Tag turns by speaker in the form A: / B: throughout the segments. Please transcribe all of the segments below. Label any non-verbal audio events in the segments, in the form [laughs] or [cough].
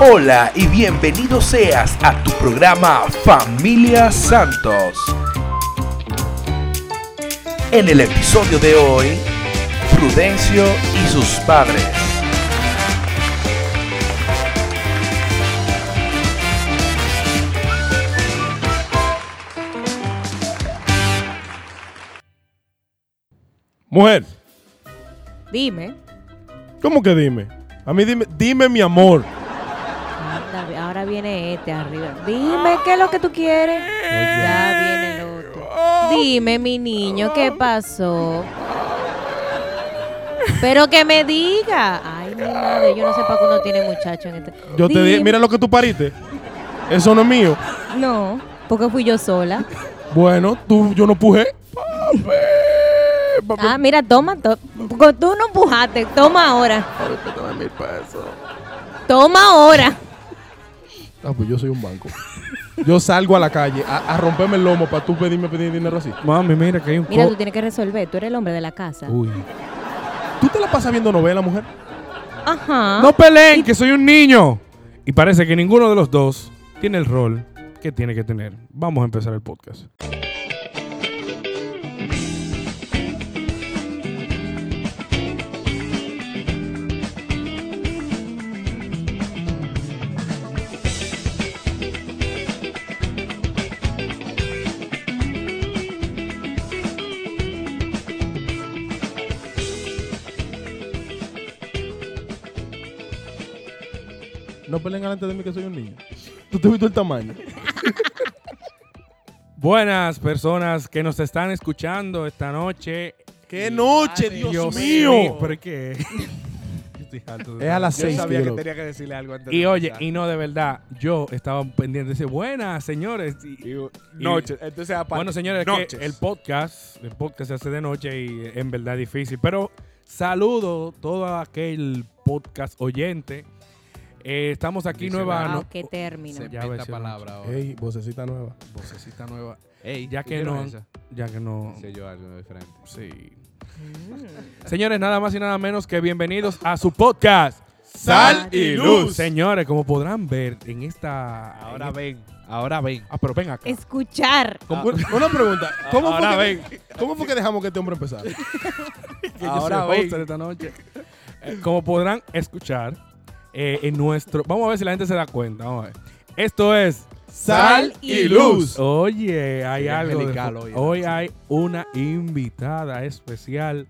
A: Hola y bienvenido seas a tu programa Familia Santos. En el episodio de hoy, Prudencio y sus padres.
B: Mujer,
C: Dime.
B: ¿cómo que dime? A mí dime, dime mi amor.
C: Anda, Ahora viene este arriba. Dime qué es lo que tú quieres. Ya viene el otro. Dime, mi niño, ¿qué pasó? Pero que me diga. Ay, mi madre, yo no sé para qué uno tiene muchacho en este.
B: Yo te dije,
C: Dime-
B: mira lo que tú pariste. Eso no es mío.
C: No, porque fui yo sola.
B: Bueno, tú, yo no pujé.
C: Ah, mira, toma. to- porque tú no empujaste. Toma ahora. Toma ahora.
B: Ah, pues yo soy un banco. Yo salgo a la calle a, a romperme el lomo para tú pedirme pedir dinero así.
D: Mami, mira que hay un
C: Mira,
B: Oh.
D: co-
C: tú tienes que resolver. Tú eres el hombre de la
B: Uh.
C: casa.
D: Uy.
B: ¿Tú te la pasas viendo novela, mujer?
C: Ajá.
D: No peleen, que soy un niño. Y parece que ninguno de los dos tiene el rol que tiene que tener. Vamos a empezar el podcast.
B: No peleen delante de mí que soy un niño. Tú te viste el tamaño.
D: Buenas personas que nos están escuchando esta noche.
B: ¡Qué noche, Dios, mío!
D: ¿Por qué?
B: [laughs]
D: Estoy harto de-
B: Es a las
E: Yo
B: seis.
E: sabía
B: que
E: que
B: yo-
E: tenía que decirle algo antes.
D: Y
E: de
D: oye,
E: empezar.
D: y no de verdad, yo estaba pendiente. Dice, buenas, señores. Y-
E: Y- noche. Entonces, aparte.
D: Bueno, señores, que
E: noches.
D: el podcast, el podcast se hace de noche y en verdad es difícil. Pero saludo todo aquel podcast oyente. Eh, estamos aquí
E: Dice
D: nueva.
E: nada.
C: Wow,
D: no-
C: Ah, qué término.
D: ya voy a decir
E: palabra ahora.
B: Ey, vocecita nueva.
D: vocecita nueva.
E: Eh, Ey,
D: Oh, ya que
E: ¿vieron
D: no-
E: esa?
D: Ya que no.
E: Hice yo algo diferente.
D: Sí. Señores, nada más y nada menos que bienvenidos a su podcast.
B: Sal
C: y
B: luz.
D: Señores, como podrán ver en esta.
E: Ahora
D: en-
E: ven, ahora ven.
D: Ah, pero ven acá.
C: Escuchar.
B: Ah, Una pregunta. ¿Cómo fue,
D: Ahora
B: que, ¿Cómo fue que dejamos que este hombre empezara?
D: [laughs] que yo
E: Ahora
D: soy el
E: ven.
D: host de esta noche. Eh, Como podrán escuchar eh, en nuestro... Vamos a ver si la gente se da cuenta. Vamos a ver. Esto es...
B: Sal y luz.
D: Oye, hay
E: Qué
D: algo... de-
E: angelical hoy, ¿no?
D: hoy hay una invitada especial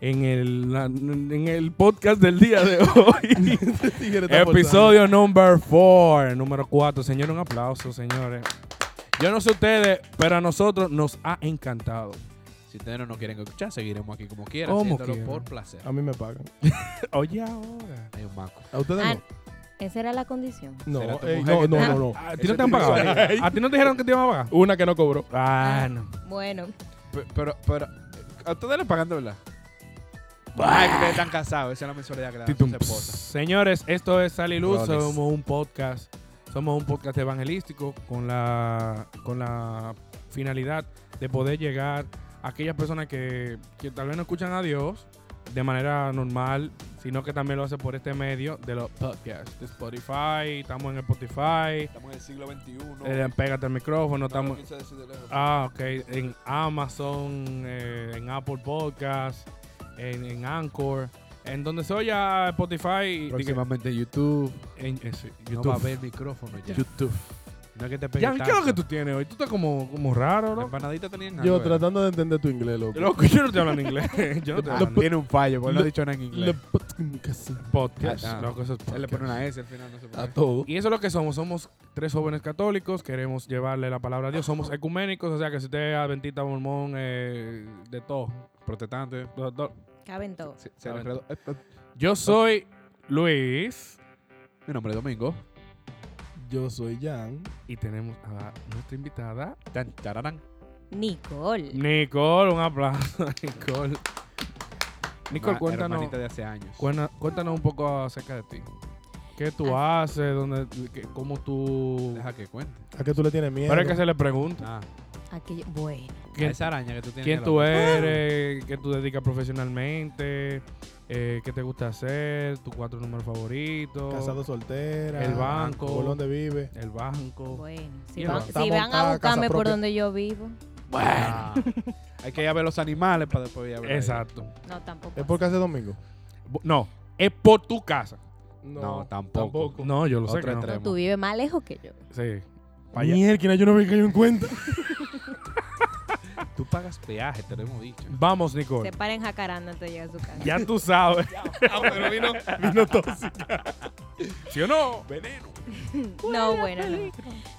D: en el, la- en el podcast del día de hoy.
B: Tigre está forzando.
D: Episodio number 4, número 4. Señores, un aplauso, señores. Yo no sé ustedes, pero a nosotros nos ha encantado.
E: Si ustedes no nos quieren escuchar, seguiremos aquí como quieran,
D: Como
E: haciéndolo
D: quieran.
E: por placer.
B: A mí me pagan.
D: Oye, ahora.
E: Hay un maco.
B: ¿A ustedes
C: Ah,
B: no?
C: esa era la condición.
B: No,
E: Será tu
B: ey,
E: mujer
B: no,
E: que
B: no,
E: te-
B: no, no.
D: ¿A ti no te han pagado? ¿A ti no te dijeron que te iban a pagar?
B: Ah, Una que no cobró.
D: Ah, no.
C: Bueno.
E: Pe- Pero, pero, a ustedes les pagan de verdad. Ay, que ustedes están casados. Esa es la mensualidad que le dan a
D: Titum,
E: sus
D: pss.
E: esposas.
D: Señores, esto es Sal y Luz.
B: Roles.
D: Somos un podcast. Somos un podcast evangelístico con la, con la finalidad de poder llegar a aquellas personas que, que tal vez no escuchan a Dios de manera normal, sino que también lo hacen por este medio de los podcasts. De Spotify, estamos en Spotify.
E: Estamos en el siglo XXI.
D: eh, pégate el micrófono, estamos.
E: quise decir de lejos.
D: Ah, ok. En Amazon, eh, en Apple Podcast, en, en Anchor. En donde se oye a Spotify.
E: Próximamente en YouTube.
D: En, en- sí,
E: No
D: YouTube.
E: va a haber micrófono ya.
D: YouTube.
E: No es que te pegue
D: Jan, ¿qué es lo que tú tienes hoy? Tú estás como, como raro,
E: La
D: ¿no?
E: empanadita tenía nada.
B: Yo
E: ¿verdad?
B: tratando de entender tu inglés, Ah, loco.
D: Loco, yo no te hablo en inglés. [laughs] Yo no te hablo
E: Ah,
D: en inglés.
E: tiene un fallo, porque no ha
B: lo-
E: dicho nada en
B: Le
E: inglés.
B: podcast
D: Podcast.
E: Ah, ah.
D: loco, eso es
E: Él le
D: podcast.
E: pone una S al final, no sé por
B: a
E: qué.
B: todo.
D: Y eso es lo que somos. Somos tres jóvenes católicos. Queremos llevarle la palabra a Dios. Somos ecuménicos. O sea, que si usted es adventista, mormón, eh, de todo.
E: Protestante.
D: de todo.
C: Caben todos.
E: Se- se enredó. Eh, eh,
D: Yo soy Luis.
E: Mi nombre es Domingo.
B: Yo soy Jan.
D: Y tenemos a nuestra invitada,
E: Tan, tararán.
C: Nicole.
D: Nicole. Un aplauso a Nicole. Nicole,
E: Una
D: cuéntanos,
E: hermanita de hace años.
D: cuena- cuéntanos un poco acerca de ti. ¿Qué tú haces? Dónde, qué- ¿Cómo tú...?
E: Ah. Deja que cuente.
B: ¿A qué tú le tienes miedo?
D: Pero es que se le pregunta.
E: Ah,
C: Aquello- Bueno.
D: ¿Quién,
E: esa araña que tú tienes.
D: quién tú eres? ¿Qué tú dedicas profesionalmente? eh, qué te gusta hacer, tus cuatro números favoritos,
B: Casado soltera.
D: El banco.
B: Por donde vive.
D: el
B: Oh.
D: banco.
C: Bueno,
D: Y
C: si
D: el
C: van,
D: banco
B: está
C: si van
B: montada,
C: a buscarme
B: casa
C: por
B: propia.
C: donde yo vivo,
E: Bueno. Ah. Hay que ir a ver los animales para después ir a ver.
D: Exacto.
C: no, tampoco.
B: ¿Es por casa de domingo?
D: Bu- No, es por tu casa.
E: No, tampoco.
D: No, yo lo sé.
E: Otro
D: que no.
E: extremo.
C: No, tú vives más lejos que yo.
D: Sí. Pa' allá.
B: Mierda, yo no me cayó en
D: [laughs]
B: cuenta.
E: Tú pagas peaje, te lo hemos dicho.
D: Vamos, Nicole.
C: Se paren jacaranda antes de llegar a su casa.
D: Ya
C: [laughs]
D: tú sabes.
E: [laughs] Ah, pero vino.
D: Vino tóxica. ¿Sí o no?
C: No, bueno, no.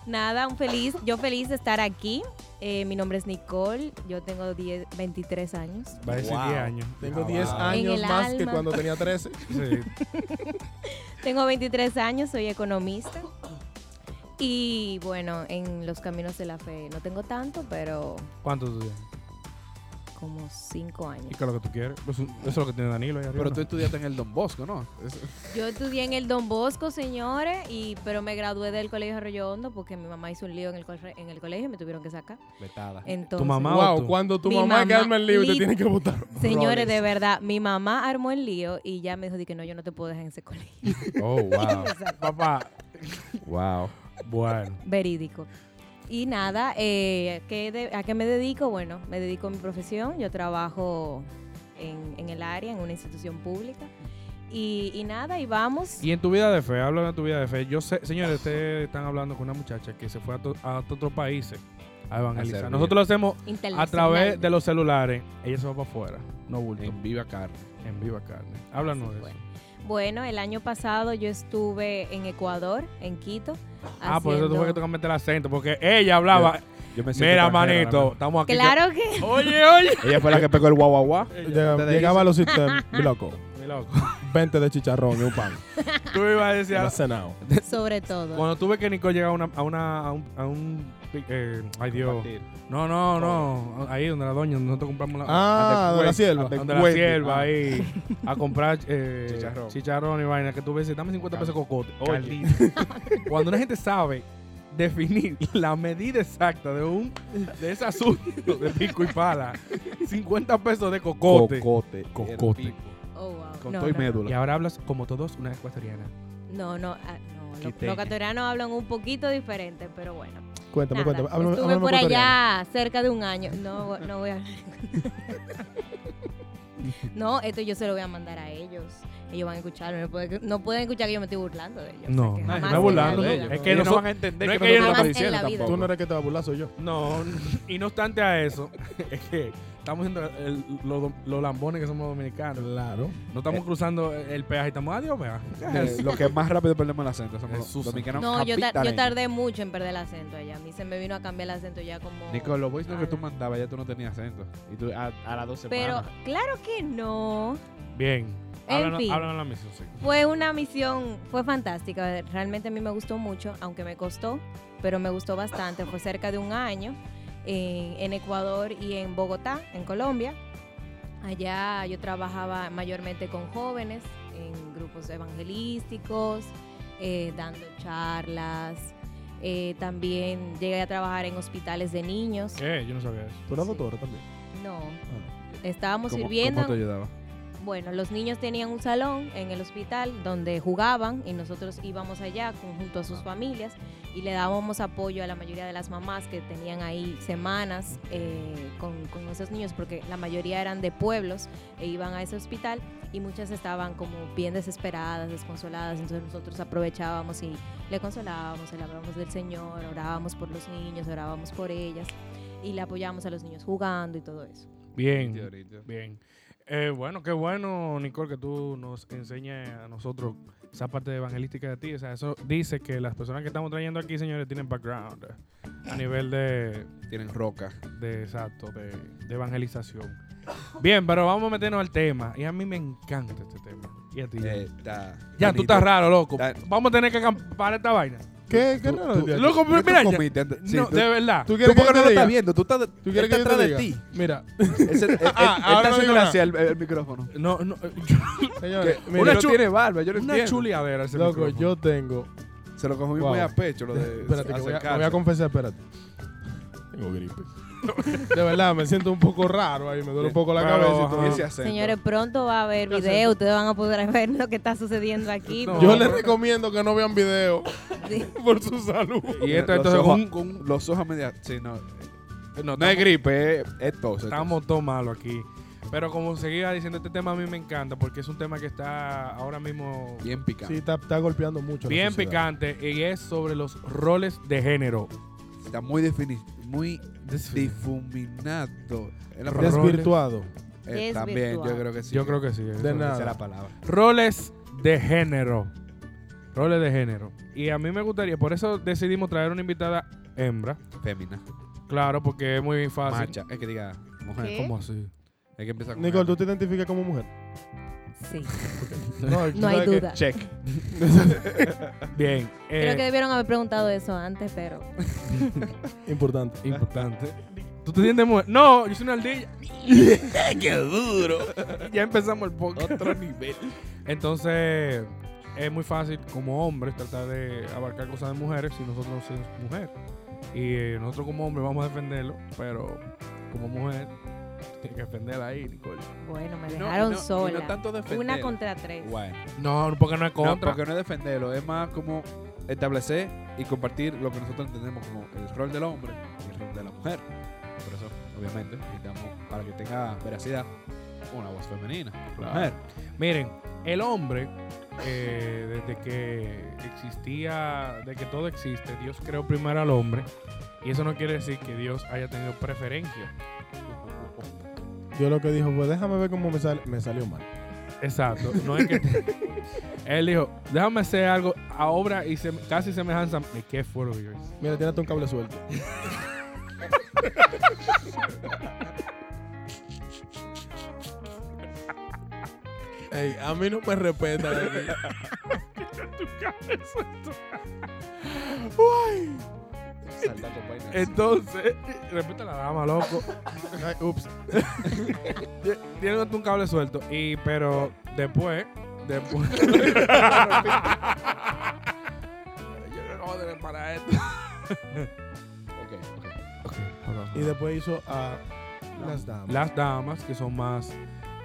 C: Nada, un feliz, yo feliz de estar aquí. Eh, mi nombre es Nicole, yo tengo 10, 23 años.
D: Va a decir
E: Wow.
D: 10 años.
B: Tengo
E: Ah,
B: 10
E: wow.
B: años
C: En el
B: más que
C: alma.
B: cuando tenía 13.
D: [laughs] Sí.
C: Tengo 23 años, soy economista. Y bueno, en los caminos de la fe no tengo tanto, pero
D: ¿Cuánto tú tienes?
C: como 5
D: ¿Y
C: años.
D: qué es lo que tú quieres? Pues, eso es lo que tiene Danilo ahí arriba.
E: Pero tú estudiaste en el Don Bosco, ¿no?
C: Yo estudié en el Don Bosco, señores, y pero me gradué del Colegio Arroyo Hondo porque mi mamá hizo un lío en el, corre- en el colegio y me tuvieron que sacar.
E: Vetada.
C: Entonces,
D: Tu mamá o
B: Wow,
D: tú?
B: cuando tu
C: Mi
B: mamá
C: mamá
B: calma el libro, te
C: lit-
B: tiene que votar.
C: Señores, de verdad, mi mamá armó el lío y ya me dijo de que no, yo no te puedo dejar en ese [laughs] colegio.
E: Oh, wow.
D: [laughs] Papá.
E: wow.
D: Bueno.
C: Verídico. Y nada, eh, ¿qué de- ¿a qué me dedico? Bueno, me dedico a mi profesión. Yo trabajo en, en el área, en una institución pública. Y, y nada, y vamos.
D: Y en tu vida de fe, habla de tu vida de fe. Yo sé, señores, ustedes están hablando con una muchacha que se fue a, to- a otros países a evangelizar.
E: servir.
D: Nosotros lo hacemos a
C: internacional.
D: través de los celulares. Ella se va para afuera, no bulto.
E: En viva carne.
D: En viva carne. Háblanos
C: Así
D: de
C: fue.
D: eso.
C: Bueno, el año pasado yo estuve en Ecuador, en Quito.
D: Ah, por eso tú fue que
C: haciendo-
D: tú cambiaste el acento, porque ella hablaba.
E: Yo me
D: Mira, manito, estamos aquí.
C: Claro que
D: [laughs]
C: [laughs]
D: Oye, oye.
E: Ella fue la que pegó el guau guau guau.
B: Llega- Llegaba a los sistemas, [laughs] loco.
D: Mi loco.
B: 20 de chicharrón y un pan.
D: Tú ibas a decir.
B: Ya cenado.
C: sobre todo.
D: Cuando tuve que Nicole llegaba a una, a una, a un, a un pic- eh, ay Dios.
E: Compartir.
D: No, no, no. Ahí donde la doña, nosotros compramos la.
B: Ah, de la sierva.
D: donde la
B: Cuente.
D: sierva ahí a comprar eh,
E: Chicharrón.
D: chicharrón. y vaina que tú ves, dame 50 pesos de cocote. Oye,
E: Oye.
D: cuando una gente sabe definir la medida exacta de un de ese asunto de
E: [laughs]
D: pico y pala, 50 pesos de cocote.
E: Cocote.
D: Cocote.
E: Era pico.
C: Oh, wow.
E: Con
C: No,
E: todo y
C: no,
D: Y
E: médula.
D: ahora hablas como todos una ecuatoriana.
C: No, no, ah, no. lo-
D: Quiteña.
C: Los ecuatorianos hablan un poquito diferente, pero bueno.
B: Cuéntame,
C: Nada,
B: cuéntame. Háblame,
C: estuve
B: háblame
C: por
B: ecuatoriano.
C: allá cerca de un año. No, vo- no voy a hablar. [laughs] no, esto yo se lo voy a mandar a ellos. Ellos van a escucharlo. No pueden, no pueden escuchar que yo me estoy burlando de ellos.
D: No,
C: O sea, que
D: no,
C: jamás
D: no es burlando
C: en la
D: de
C: vida.
D: ellos. Es que
E: Ellos no
D: nosotros-
E: van a entender
D: no es
E: que
D: que
E: nosotros
C: ellos-
E: estamos
C: Jamás en la
E: diciendo
C: vida.
E: tampoco.
B: Tú no eres que te va a burlar, soy yo.
D: No, [laughs] y no obstante a eso, [laughs] es que estamos siendo el- los dom- los lambones que somos dominicanos.
B: Claro.
D: No estamos cruzando el peaje, estamos adiós, vea.
E: Eh, Lo que más rápido perdemos el acento. Somos
D: Jesús.
E: los dominicanos
C: No, yo, ta- yo
E: capitaleños.
C: tardé mucho en perder el acento allá. A mí se me vino a cambiar el acento ya como...
E: Nico, los voice notes que tú
C: Habla.
E: mandabas ya tú no tenías acento. Y tú a, a las dos
C: Pero
E: semanas.
C: claro que no.
D: Bien.
C: En
D: Háblanos,
C: fin.
D: háblanos la misión, sí.
C: Fue una misión, fue fantástica. Realmente a mí me gustó mucho, aunque me costó, pero me gustó bastante. Fue cerca de un año en, en Ecuador y en Bogotá, en Colombia. Allá yo trabajaba mayormente con jóvenes, en grupos evangelísticos, eh, dando charlas. Eh, también llegué a trabajar en hospitales de niños.
D: ¿Qué? Yo no sabía eso.
B: Tú eras
C: Sí.
B: doctora también.
C: No, estábamos
E: Ah. ¿Cómo,
C: sirviendo.
E: ¿Cómo te ayudaba?
C: Bueno, los niños tenían un salón en el hospital donde jugaban y nosotros íbamos allá con- junto a sus familias y le dábamos apoyo a la mayoría de las mamás que tenían ahí semanas eh, con, con esos niños porque la mayoría eran de pueblos e iban a ese hospital y muchas estaban como bien desesperadas, desconsoladas, entonces nosotros aprovechábamos y le consolábamos, le hablábamos del Señor, orábamos por los niños, orábamos por ellas y le apoyábamos a los niños jugando y todo eso.
E: Nítido,
D: Bien,
E: nítido.
D: bien. Eh, bueno, qué bueno, Nicole, que tú nos enseñes a nosotros esa parte evangelística de ti. O sea, eso dice que las personas que estamos trayendo aquí, señores, tienen background eh, a nivel de,
E: Tienen roca.
D: de exacto, de, de evangelización. Bien, pero vamos a meternos al tema. Y a mí me encanta este tema. Y a ti.
E: Eh, está-
D: ya, tú estás raro, loco.
E: Da-
D: Vamos a tener que acampar esta vaina.
B: ¿Qué? ¿Qué
E: Tú-
B: raro?
E: tú-
B: de ti?
D: Loco,
E: ¿Qué tú
D: mira, ya-
E: comiste antes? Sí,
D: no,
E: tú-
D: de verdad.
B: ¿Tú
E: ¿Tú
B: quieres
E: por
B: que yo
E: qué no lo
B: te
E: estás
B: diga?
E: viendo? Tú estás
B: ¿Tú quieres que
E: él
B: yo
E: está
B: te
E: atrás de
B: diga? [laughs]
E: ti.
B: Mira,
E: Ese- él- él-
B: Ah,
E: él
B: ahora
E: está
B: no
E: haciendo
B: digo nada.
E: hacia el, el micrófono.
D: No, no, eh,
B: señores,
E: Mira,
B: mira,
E: no tiene barba, yo no
D: una
E: entiendo.
D: chuleadera ese
B: loco,
D: micrófono.
B: yo tengo.
E: Se lo cogí
B: Wow.
E: muy a pecho lo de
B: Espérate, que voy a,
E: Eh, acercarse.
B: voy a confesar, espérate. En Tengo gripe. De verdad, me siento un poco raro ahí, me duele un poco la
D: Pero,
B: cabeza. y todo.
D: ajá.
E: Ese acento.
C: Señores, pronto va a haber video, ustedes van a poder [laughs] ver lo que está sucediendo
E: [laughs]
C: aquí.
D: No.
B: Yo les recomiendo que no vean video
C: Sí.
B: [laughs] por su salud.
D: Y
E: Mira,
D: esto,
E: los
D: entonces, con,
E: ojos-
D: con-
E: Los ojos media. Sí, no.
D: no,
E: No es
D: estamos-
E: gripe, es, es tos. es tos.
D: Estamos todos malos aquí. Pero como seguía diciendo, este tema a mí me encanta porque es un tema que está ahora mismo bien,
E: bien picados.
B: Sí, está, está golpeando mucho. a la sociedad.
D: picante y es sobre los roles de género.
E: Está muy defini- muy difuminado. Es la palabra.
B: Desvirtuado.
E: Eh, también, yo
C: Desvirtuado.
E: creo que sí.
D: Yo creo que sí. eso
B: De
D: es.
B: nada.
E: Esa es la palabra.
D: Roles de género. Roles de género. Y a mí me gustaría, por eso decidimos traer una invitada hembra.
E: Fémina.
D: Claro, porque es muy fácil.
E: Macha. Es que diga mujer.
C: ¿Qué?
D: Ah, ¿Cómo así?
E: Hay que empezar con.
B: Nicole, ¿tú te identificas como mujer?
C: Sí,
B: No, tú
C: no hay
B: sabes que-
C: duda.
E: Check.
D: Bien.
C: Creo
D: eh,
C: que debieron haber preguntado eso antes,
E: [laughs]
C: pero
B: Importante.
D: Importante. ¿Tú te sientes mujer? No, yo soy una [laughs] aldilla.
E: ¡Qué duro!
D: [laughs] Ya empezamos el podcast.
C: [laughs]
E: Otro nivel.
D: Entonces, es muy fácil como hombres tratar de abarcar cosas de mujeres si nosotros no somos mujeres. Y eh, nosotros como hombres vamos a defenderlo, pero como mujer, tiene que defenderla ahí, Nicole.
C: bueno, me
E: Y no- y
C: dejaron
E: no- y no
C: sola.
E: tanto
C: Una
E: defenderlo.
C: contra tres.
E: Bueno.
D: No, porque no es
E: No,
D: contra.
E: porque no es defenderlo, es más como establecer y compartir lo que nosotros entendemos como el rol del hombre y el rol de la mujer. Por eso, obviamente, necesitamos, para que tenga veracidad, una voz femenina. una
D: Claro.
E: mujer.
D: Miren, el hombre, eh, desde que existía, de que todo existe, Dios creó primero al hombre. Y eso no quiere decir que Dios haya tenido preferencia.
B: Yo lo que dijo fue, déjame ver cómo me sale. Me salió mal.
D: Exacto. No es que él dijo, déjame hacer algo a obra y sem- casi semejanza. ¿De qué fue lo que yo hice?
B: Mira, tienes un cable suelto. [laughs] Ey, a mí no me respetan aquí.
E: Salta con vainas.
D: Entonces, [laughs] respeta la dama, loco.
B: Ay, ups.
D: Tiene un cable suelto. Y pero después, después. [laughs] yo no voy a para esto.
E: Ok, ok.
B: Y después hizo a las damas.
D: Las damas que son más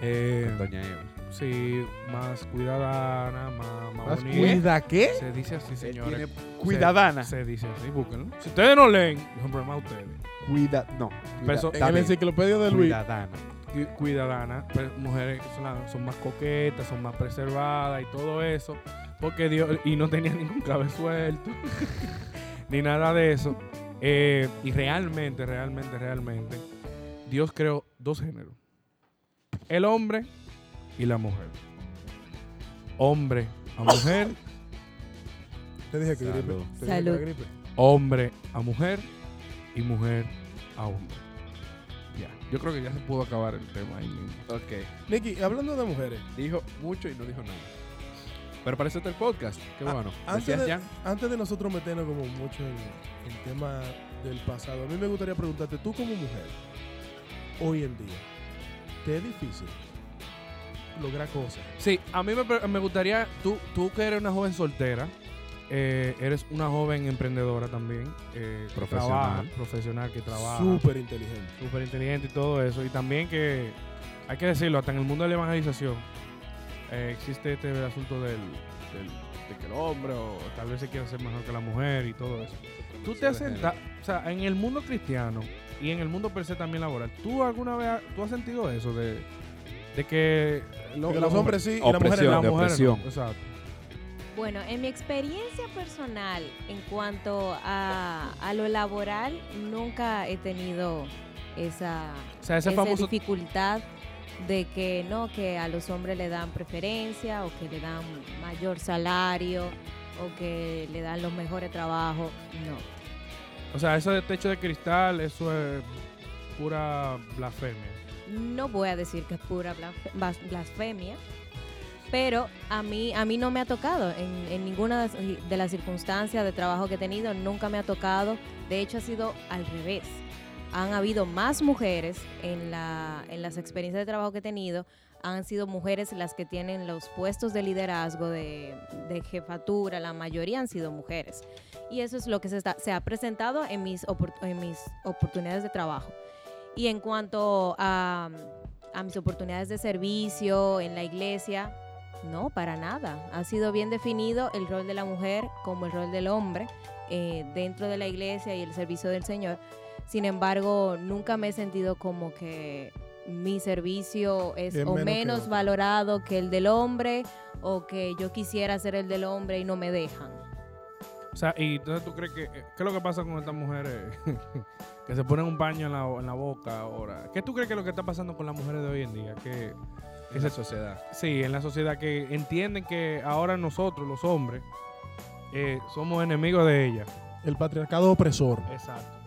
D: eh,
E: Doña Eva.
D: sí, más cuidadanas, más, más
B: ¿Las
D: bonitas.
B: cuida qué?
D: Se dice así, señores.
E: cuidadana.
D: Se dice así, búsquenlo. Si ustedes no leen, es un problema de ustedes.
E: Cuida, no. cuida-
D: Peso-
B: En la enciclopedia de Luis.
E: Cuidadana.
D: Cu- Cuidadanas, pues, mujeres que son, la- son más coquetas, son más preservadas y todo eso. Porque Dios, y no tenía ningún cabello suelto, [laughs] ni nada de eso. Eh, y realmente, realmente, realmente, Dios creó dos géneros: el hombre y la mujer. Hombre a mujer,
B: Te dije que gripe. Te
E: Salud.
B: dije que era
C: Salud.
B: gripe.
D: hombre a mujer y mujer a hombre. Ya, yo creo que ya se pudo acabar el tema ahí mismo.
E: Ok.
B: Nicky, hablando de mujeres,
E: Dijo mucho y no dijo nada. Pero parece el podcast. Qué
B: Ah,
E: bueno.
B: antes
E: Decías
B: de-
E: ya.
B: antes de nosotros meternos como mucho en el tema del pasado, a mí me gustaría preguntarte, tú como mujer, hoy en día, ¿te es difícil lograr cosas?
D: Sí, a mí me, pre- me gustaría, tú, tú que eres una joven soltera, eh, eres una joven emprendedora también, eh, que
E: Profesional.
D: trabaja, profesional que trabaja,
B: Súper inteligente.
D: súper inteligente y todo eso, y también que, hay que decirlo, hasta en el mundo de la evangelización eh, existe este asunto del, del- de que el hombre o tal vez se quiera ser mejor que la mujer y todo eso. Tú te has
E: de
D: senta- o sea, en el mundo cristiano y en el mundo per se también laboral, ¿tú alguna vez ha- tú has sentido eso de, de que lo-
B: Porque los
D: la mujer-
B: hombres sí y las mujeres no.
E: Opresión.
D: la
E: de
D: mujer,
E: opresión.
D: ¿no? Exacto.
C: Bueno, en mi experiencia personal, en cuanto a, a lo laboral, nunca he tenido esa,
D: O sea, ese
C: esa
D: famoso.
C: dificultad de que no, que a los hombres le dan preferencia o que le dan mayor salario o que le dan los mejores trabajos. No.
D: O sea, eso de techo de cristal, eso es pura blasfemia.
C: no voy a decir que es pura blasfe- blas- blasfemia, pero a mí, a mí no me ha tocado en, en ninguna de las- de las circunstancias de trabajo que he tenido, nunca me ha tocado. De hecho, ha sido al revés. Han habido más mujeres en, la, en las experiencias de trabajo que he tenido han sido mujeres las que tienen los puestos de liderazgo, de, de jefatura, la mayoría han sido mujeres. Y eso es lo que se, está- se ha presentado en mis, opor- en mis oportunidades de trabajo. Y en cuanto a, a mis oportunidades de servicio en la iglesia, no, para nada. Ha sido bien definido el rol de la mujer como el rol del hombre eh, dentro de la iglesia y el servicio del Señor. Sin embargo, nunca me he sentido como que mi servicio es
B: Es
C: o
B: menos que
C: menos
B: otro.
C: valorado que el del hombre o que yo quisiera ser el del hombre y no me dejan.
D: O sea, y entonces tú crees que. eh, ¿Qué es lo que pasa con estas mujeres [laughs] que se ponen un paño en la, en la boca ahora? ¿Qué tú crees que es lo que está pasando con las mujeres de hoy en día? Que,
E: en la sociedad.
D: sí, en la sociedad que entienden que ahora nosotros, los hombres, eh, somos enemigos de ellas.
B: El patriarcado opresor.
D: Exacto.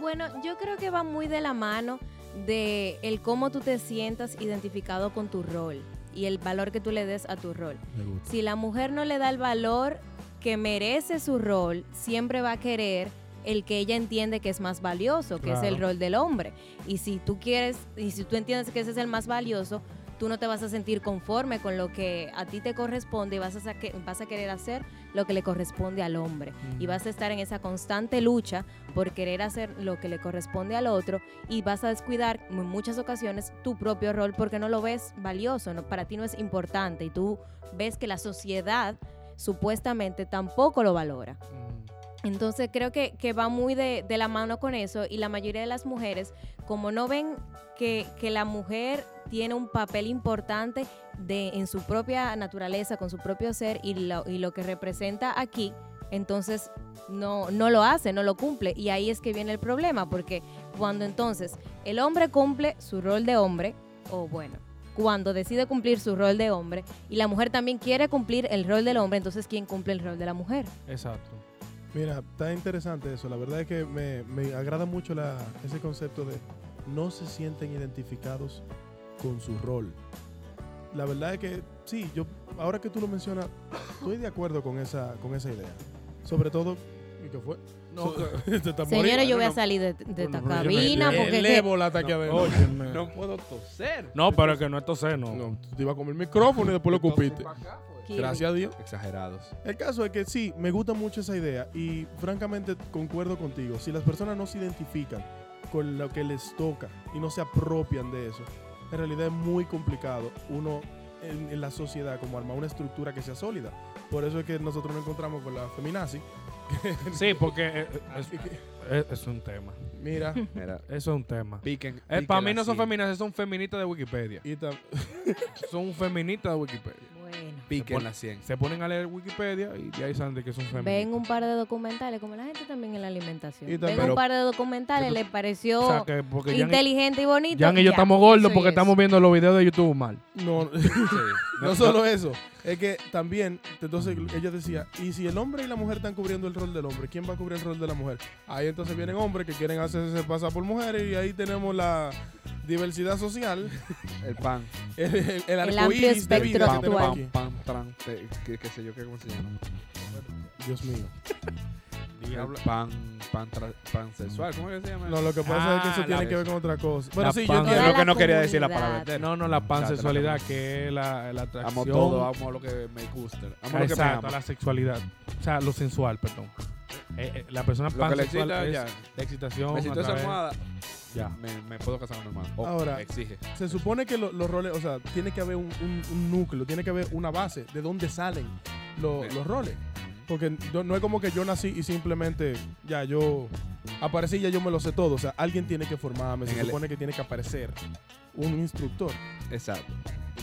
C: Bueno, yo creo que va muy de la mano de el cómo tú te sientas identificado con tu rol y el valor que tú le des a tu rol.
B: Me gusta.
C: Si la mujer no le da el valor que merece su rol, siempre va a querer el que ella entiende que es más valioso, que es el
D: Claro.
C: rol del hombre. Y si tú quieres, y si tú entiendes que ese es el más valioso, tú no te vas a sentir conforme con lo que a ti te corresponde y vas a, saque- vas a querer hacer lo que le corresponde al hombre. Y vas a estar en esa constante lucha por querer hacer lo que le corresponde al otro y vas a descuidar en muchas ocasiones tu propio rol porque no lo ves valioso, no, para ti no es importante y tú ves que la sociedad supuestamente tampoco lo valora.
D: Mm,
C: Entonces creo que, que va muy de, de la mano con eso y la mayoría de las mujeres, como no ven que, que la mujer tiene un papel importante de, en su propia naturaleza, con su propio ser y lo, y lo que representa aquí, entonces no, no lo hace, no lo cumple. Y ahí es que viene el problema, porque cuando entonces el hombre cumple su rol de hombre, o bueno, cuando decide cumplir su rol de hombre y la mujer también quiere cumplir el rol del hombre, entonces ¿quién cumple el rol de la mujer?
D: Exacto.
B: Mira, está interesante eso. La verdad es que me, me agrada mucho la- ese concepto de no se sienten identificados con su rol. La verdad es que sí, yo ahora que tú lo mencionas, estoy de acuerdo con esa, con esa idea. Sobre todo, ¿y qué fue?
E: No, [laughs]
B: Te estás
C: Señores,
E: morir.
C: yo voy
E: No,
C: a salir de, de
D: no,
C: esta
D: no, yo me-
C: cabina
B: muriendo.
C: porque es
B: El
C: que-
B: ébola está aquí adentro.
E: no puedo toser.
D: No, pero es que no es toser, no.
B: No, tú te iba a comer el micrófono y después lo cupiste.
C: Kirby.
B: Gracias a Dios.
D: [laughs]
E: Exagerados.
B: El caso es que sí, me gusta mucho esa idea y francamente concuerdo contigo. Si las personas no se identifican con lo que les toca y no se apropian de eso, en realidad es muy complicado uno en, en la sociedad como armar una estructura que sea sólida. Por eso es que nosotros nos encontramos con la feminazi.
D: Sí, porque
E: [laughs]
D: eh, eh, es, es- es un tema.
B: Mira,
E: Mira,
D: Eso es un tema.
E: piquen.
D: Eh, para mí no son
E: femeninos
D: feministas, son feministas de Wikipedia.
B: y tam-
D: Son feministas de Wikipedia.
C: Bueno,
E: Piquen la 100.
D: Se ponen a leer Wikipedia y de ahí saben de que son feministas.
C: ven un par de documentales, como la gente también en la alimentación.
B: Y
C: Ven
B: también-
E: Pero-
C: un par de documentales,
D: Pero-
C: le pareció
D: O sea, que porque Jan y,
C: inteligente y bonito.
D: Jan y
C: ya,
D: yo estamos gordos
C: soy
D: porque
C: eso.
D: estamos viendo los videos de YouTube mal.
B: no, no solo eso, es que también, entonces ella decía, y si el hombre y la mujer están cubriendo el rol del hombre, ¿quién va a cubrir el rol de la mujer? Ahí entonces vienen hombres que quieren hacerse pasar por mujeres y ahí tenemos la diversidad social,
E: El pan.
B: el, el,
C: amplio
B: arcoíris de vida que
C: espectro
E: Pan,
B: tenemos
C: actual.
B: aquí.
E: pan, pan, tran, te- qué qué sé yo, qué cómo se llama.
B: Dios mío.
E: El pan, pan, tra- pan sexual. ¿Cómo es que se llama?
B: No, lo que pasa es que eso
D: Ah,
B: tiene
E: la
B: que ver con otra cosa. Bueno,
E: La
B: sí, yo
E: pan-
C: Toda
B: entiendo.
E: Creo
C: la
E: que no quería decir la
C: comunidad.
E: palabra. entera.
D: No, no, la pansexualidad, que es la, la
E: Amo
D: atracción.
E: todo, amo lo que me gusta. Amo lo que me
D: Exacto,
E: ama.
D: la sexualidad. O sea, lo sensual, perdón. Eh, eh, la persona
E: Lo que le
D: pansexual
E: excita,
D: es
E: ya.
D: la excitación.
E: Me siento
D: a
E: esa
D: través-
E: almohada.
D: Ya.
E: Me, me puedo casar con mi hermano.
B: Ahora-
E: me exige.
B: Se supone que lo- los roles, o sea, tiene que haber un, un- un núcleo, tiene que haber una base de dónde salen lo-
E: Sí.
B: los roles. Porque yo- no es como que yo nací y simplemente ya yo aparecí y ya yo me lo sé todo. O sea, alguien tiene que formarme,
E: En
B: se
E: el-
B: supone que tiene que aparecer un instructor.
E: Exacto.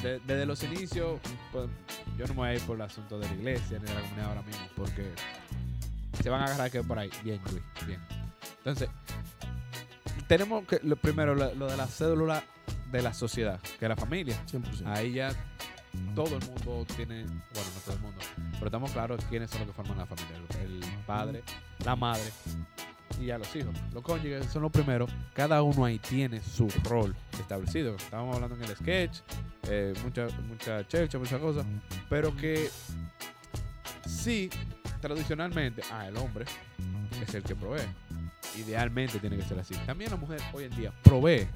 E: De- desde los inicios, pues, yo no me voy a ir por el asunto de la iglesia ni de la comunidad ahora mismo, porque se van a agarrar que por ahí. Bien, Luis, bien. Entonces, tenemos que, lo primero, lo, lo de la célula de la sociedad, que es la familia.
B: 100%.
E: Ahí ya todo el mundo tiene, bueno, no todo el mundo, pero estamos claros quiénes son los que forman la familia. El, el padre, la madre y ya los hijos. Los cónyuges son los primeros. Cada uno ahí tiene su rol establecido. Estábamos hablando en el sketch, eh, mucha, mucha chelcha, muchas cosas, pero que sí, tradicionalmente, ah, el hombre es el que provee. Idealmente tiene que ser así. También la mujer hoy en día provee,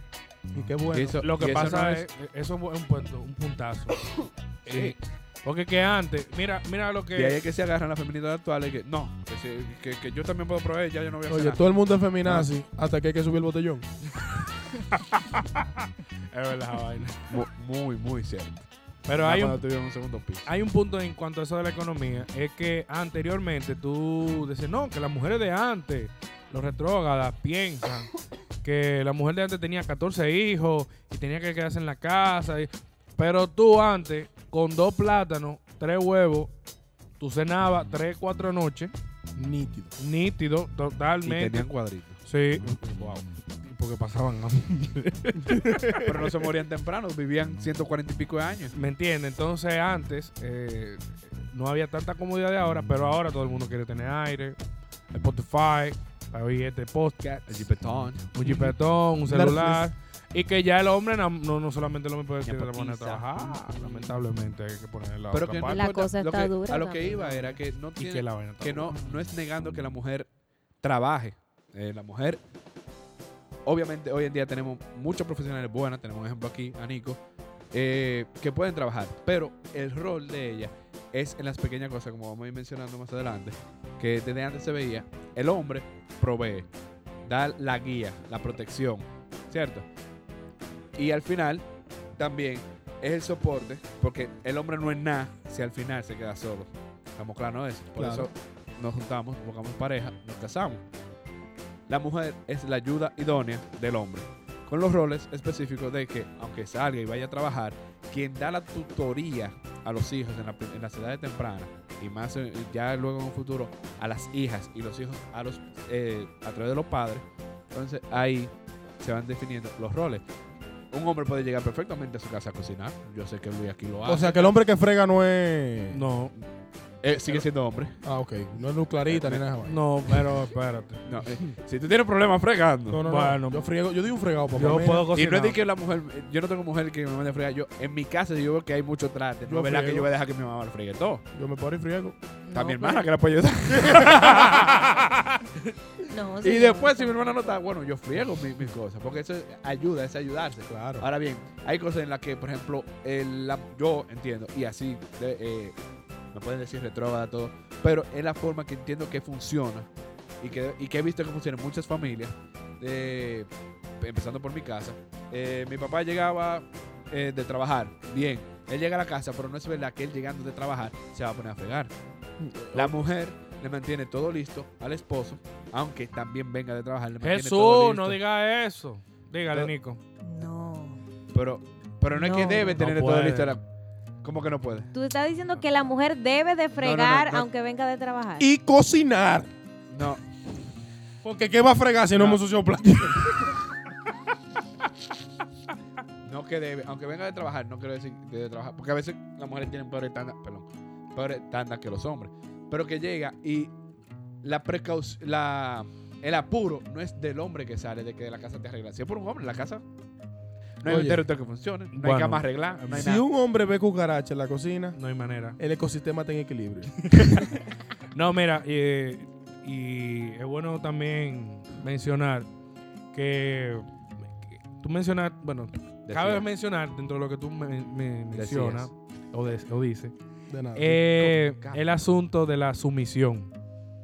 B: Y qué bueno.
E: Y eso-
D: Lo
E: y
D: que
E: eso
D: pasa
E: no
D: es, eso es un, punto- un puntazo.
E: Sí.
D: Eh, porque que antes, mira, mira lo que...
E: Y ahí es que se agarran las feministas actuales que no, que, se- que- que yo también puedo proveer, ya yo no voy a hacer
B: Oye,
E: nada.
B: todo el mundo es feminazi hasta que hay que subir el botellón.
D: Es verdad,
E: [laughs]
D: la vaina.
E: Mu- Muy, muy cierto.
D: Pero
E: Nada
D: hay
E: cuando
D: un,
E: tuvieron un segundo piso.
D: hay un punto en cuanto a eso de la economía, es que anteriormente tú decías, no, que las mujeres de antes, los retrógadas, piensan
E: [coughs]
D: que la mujer de antes tenía 14 hijos y tenía que quedarse en la casa. y- pero tú antes, con dos plátanos, tres huevos, tú cenabas tres, cuatro noches,
B: Nítido.
D: nítido,
E: Y
D: totalmente.
E: tenían cuadritos.
D: Sí,
E: Wow.
D: porque pasaban hambre.
E: Pero no se morían temprano, vivían 140 y pico de años.
D: ¿Me entiendes? Entonces antes eh, no había tanta comodidad de ahora, pero ahora todo el mundo quiere tener aire, Spotify, para oír este podcast,
E: El jipetón.
D: un jipetón, un celular. Y que ya el hombre no, no, no solamente el hombre puede tiene que poner a trabajar, lamentablemente hay que poner la
E: Pero
D: otra
E: que no
D: parte.
C: La
E: importa,
C: cosa
E: lo
C: está
E: que-
C: dura
E: A lo que
C: también,
E: iba
C: ¿no?
E: era que no
D: y
E: tiene-
D: que la vaina está
E: que no,
D: buena.
E: no es negando que la mujer trabaje. Eh, la mujer, obviamente hoy en día tenemos muchos profesionales buenas, tenemos un ejemplo aquí a Nico, eh, que pueden trabajar, pero el rol de ella es en las pequeñas cosas, como vamos a ir mencionando más adelante, que desde antes se veía, el hombre provee, da la guía, la protección, ¿cierto? Y al final también es el soporte, porque el hombre no es nada si al final se queda solo. Estamos claros de eso. Por
B: Claro.
E: eso nos juntamos, buscamos pareja, nos casamos. La mujer es la ayuda idónea del hombre, con los roles específicos de que, aunque salga y vaya a trabajar, quien da la tutoría a los hijos en, la, pri- en las edades tempranas, y más eh, ya luego en un futuro, a las hijas y los hijos a, los, eh, a través de los padres, entonces ahí se van definiendo los roles. Un hombre puede llegar perfectamente a su casa a cocinar. Yo sé que Luis aquí lo hace.
B: O sea, que el hombre que frega no es.
D: No,
E: Eh, sigue siendo hombre.
B: Ah, ok. No es luz clarita ni nada. de vaina.
D: no, pero espérate.
E: No,
B: [laughs]
E: eh, si tú tienes problemas fregando.
B: No, no, no.
D: Bueno.
B: yo friego, yo doy un fregado, papá.
D: Yo
B: mira.
D: puedo
E: y
D: cocinar.
E: no es de que la mujer, eh, yo no tengo mujer que me mande a fregar. Yo, en mi casa, si yo veo que hay mucho trate, no
B: Yo
E: es verdad que
B: friego.
E: yo voy a dejar que mi mamá lo fregue todo.
B: Yo me paro y friego.
E: Está
C: No,
E: mi hermana
C: pero-
E: que la puede ayudar.
C: No,
E: y
C: señor,
E: después, si mi
C: tampoco.
E: hermana no está, bueno, yo friego mi- mis cosas. Porque eso ayuda, es ayudarse.
B: Claro.
E: Ahora bien, hay cosas en las que, por ejemplo, el- la- yo entiendo, y así, de- eh, me pueden decir retrógrada, todo, pero es la forma que entiendo que funciona y que, y que he visto que funciona en muchas familias, eh, empezando por mi casa. Eh, mi papá llegaba eh, de trabajar, bien, él llega a la casa, pero no es verdad que él llegando de trabajar se va a poner a fregar. La
D: Mm.
E: mujer le mantiene todo listo al esposo, aunque también venga de trabajar. le mantiene todo
D: Jesús,
E: listo.
D: no diga eso. Dígale,
E: No.
D: Nico.
C: No.
E: Pero, pero no, es que
C: No.
E: debe
D: No
E: tener todo
D: puede.
E: listo. la- ¿Cómo que no puede?
C: Tú estás diciendo que la mujer debe de fregar
E: no, no.
C: aunque venga de trabajar.
B: Y cocinar.
E: No,
B: Porque ¿qué va a fregar si no,
E: No.
B: hemos usado plato?
E: no que debe. Aunque venga de trabajar, no quiero decir que debe trabajar. Porque a veces las mujeres tienen peores tandas, perdón, peores tandas que los hombres. Pero que llega y la precaución, la, el apuro no es del hombre que sale de que la casa te arregla. Si es por un hombre, la casa no hay
B: Oye.
E: un territorio que funcione, no
D: Bueno.
E: hay cama arreglada, no hay
B: Si
E: nada.
B: un hombre ve cucaracha en la cocina,
D: No hay manera.
B: el ecosistema está en equilibrio.
D: No, mira, eh, y es bueno también mencionar que, que tú mencionas, bueno, cabe
E: Decía.
D: mencionar dentro de lo que tú me, me mencionas o, de- o dices,
B: De nada.
D: eh,
E: con calma.
D: el asunto de la sumisión.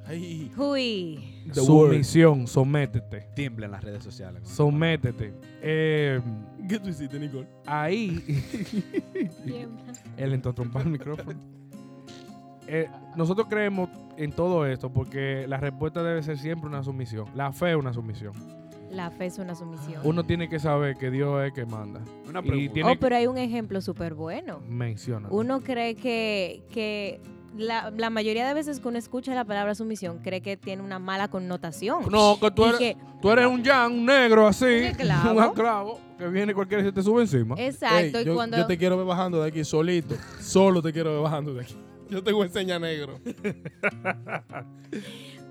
B: Ay,
C: Uy.
B: the word.
D: Sumisión, sométete,
E: Tiembla en las redes sociales. con-
D: sométete. Eh,
B: [laughs] ¿Qué tú hiciste, Nicole?
D: ahí, [laughs] él entró a trompar
B: [laughs]
D: el micrófono. Eh, nosotros creemos en todo esto porque la respuesta debe ser siempre una sumisión. La fe es una sumisión.
C: La fe es una sumisión.
D: Uno tiene que saber que Dios es que manda.
E: Una
D: Y
E: pregunta.
D: tiene-
C: Oh, pero hay un ejemplo súper bueno.
D: Menciona.
C: Uno cree que, que la, la mayoría de veces que uno escucha la palabra sumisión cree que tiene una mala connotación.
D: No, que tú
C: Y
D: eres,
C: que-
D: tú eres un yan, un negro así.
C: Un esclavo. Eh.
D: Un esclavo que viene cualquiera y se te sube encima.
C: exacto,
B: Ey,
C: y
B: yo,
C: cuando...
B: yo te quiero ver bajando de aquí solito. Solo te quiero ver bajando de aquí. [laughs] Yo te voy a enseñar negro.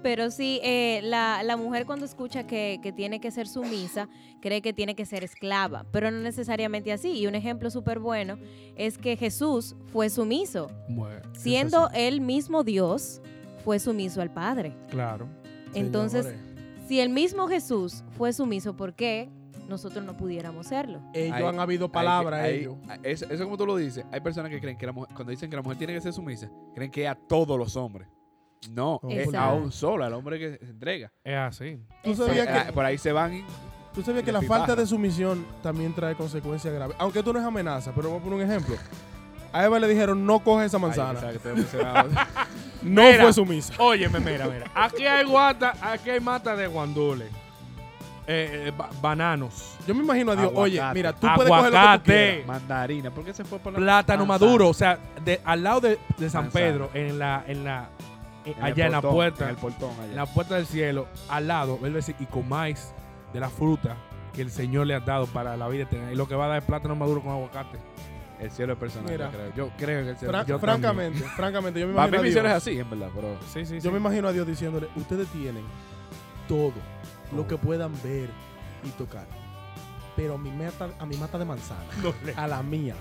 C: Pero sí, eh, la, la mujer cuando escucha que, que tiene que ser sumisa, cree que tiene que ser esclava, pero no necesariamente así. Y un ejemplo súper bueno es que Jesús fue sumiso.
D: Bueno,
C: Siendo él mismo Dios, fue sumiso al Padre.
D: claro.
C: Entonces,
B: Señores,
C: si el mismo Jesús fue sumiso, ¿por qué nosotros no pudiéramos serlo.
B: Ellos
E: Hay-
B: han habido
E: Hay que-
B: palabras,
E: hay-
B: ellos.
E: a- Eso, eso como tú lo dices, hay personas que creen que la mujer, cuando dicen que la mujer tiene que ser sumisa, creen que es a todos los hombres. No,
B: No,
E: es
C: por
E: a
C: favor.
E: un solo, al hombre que se entrega.
D: Es así.
B: Tú
E: Por,
B: sabías
E: ah,
B: que,
E: por ahí se van y-
B: tú sabías
E: y
B: que
E: la
B: la falta
E: pipaja.
B: de sumisión también trae consecuencias graves. Aunque esto no es amenaza, pero voy a poner un ejemplo. A Eva le dijeron, no coge esa
E: Ay, yo
B: manzana.
E: pensaba que te iba a mencionar-
B: No
D: Mira.
B: fue sumisa.
D: Óyeme, mira, mira. Aquí hay guata, aquí hay mata de guandules. Eh, eh, ba- bananos.
B: Yo me imagino a Dios, oye,
E: Aguacate.
B: mira, tú puedes coger lo que tú quieras.
D: Aguacate.
E: Mandarina, ¿por qué se fue por la
D: Plátano
E: manzana?
D: maduro. O sea, de- al lado de, de San
E: Manzana.
D: Pedro, en la, en la, eh,
E: En el
D: allá en la
E: portón,
D: puerta.
E: En el portón allá.
D: en la puerta del cielo, al lado, él dice, y comáis de la fruta que el Señor le ha dado para la vida eterna. Y lo que va a dar es plátano maduro con aguacate.
E: El cielo es personal,
B: Mira.
E: yo creo. Yo creo que el cielo
B: Fra-
E: es personal.
B: francamente, francamente, yo me
E: Para mí
B: imagino a
E: mi cielo es
B: Dios.
E: así, en verdad, pero...
D: Sí, sí,
B: Yo me imagino a Dios diciéndole, ustedes tienen todo lo que puedan ver y tocar. Pero a mi mata, a mi mata de manzana, a la mía,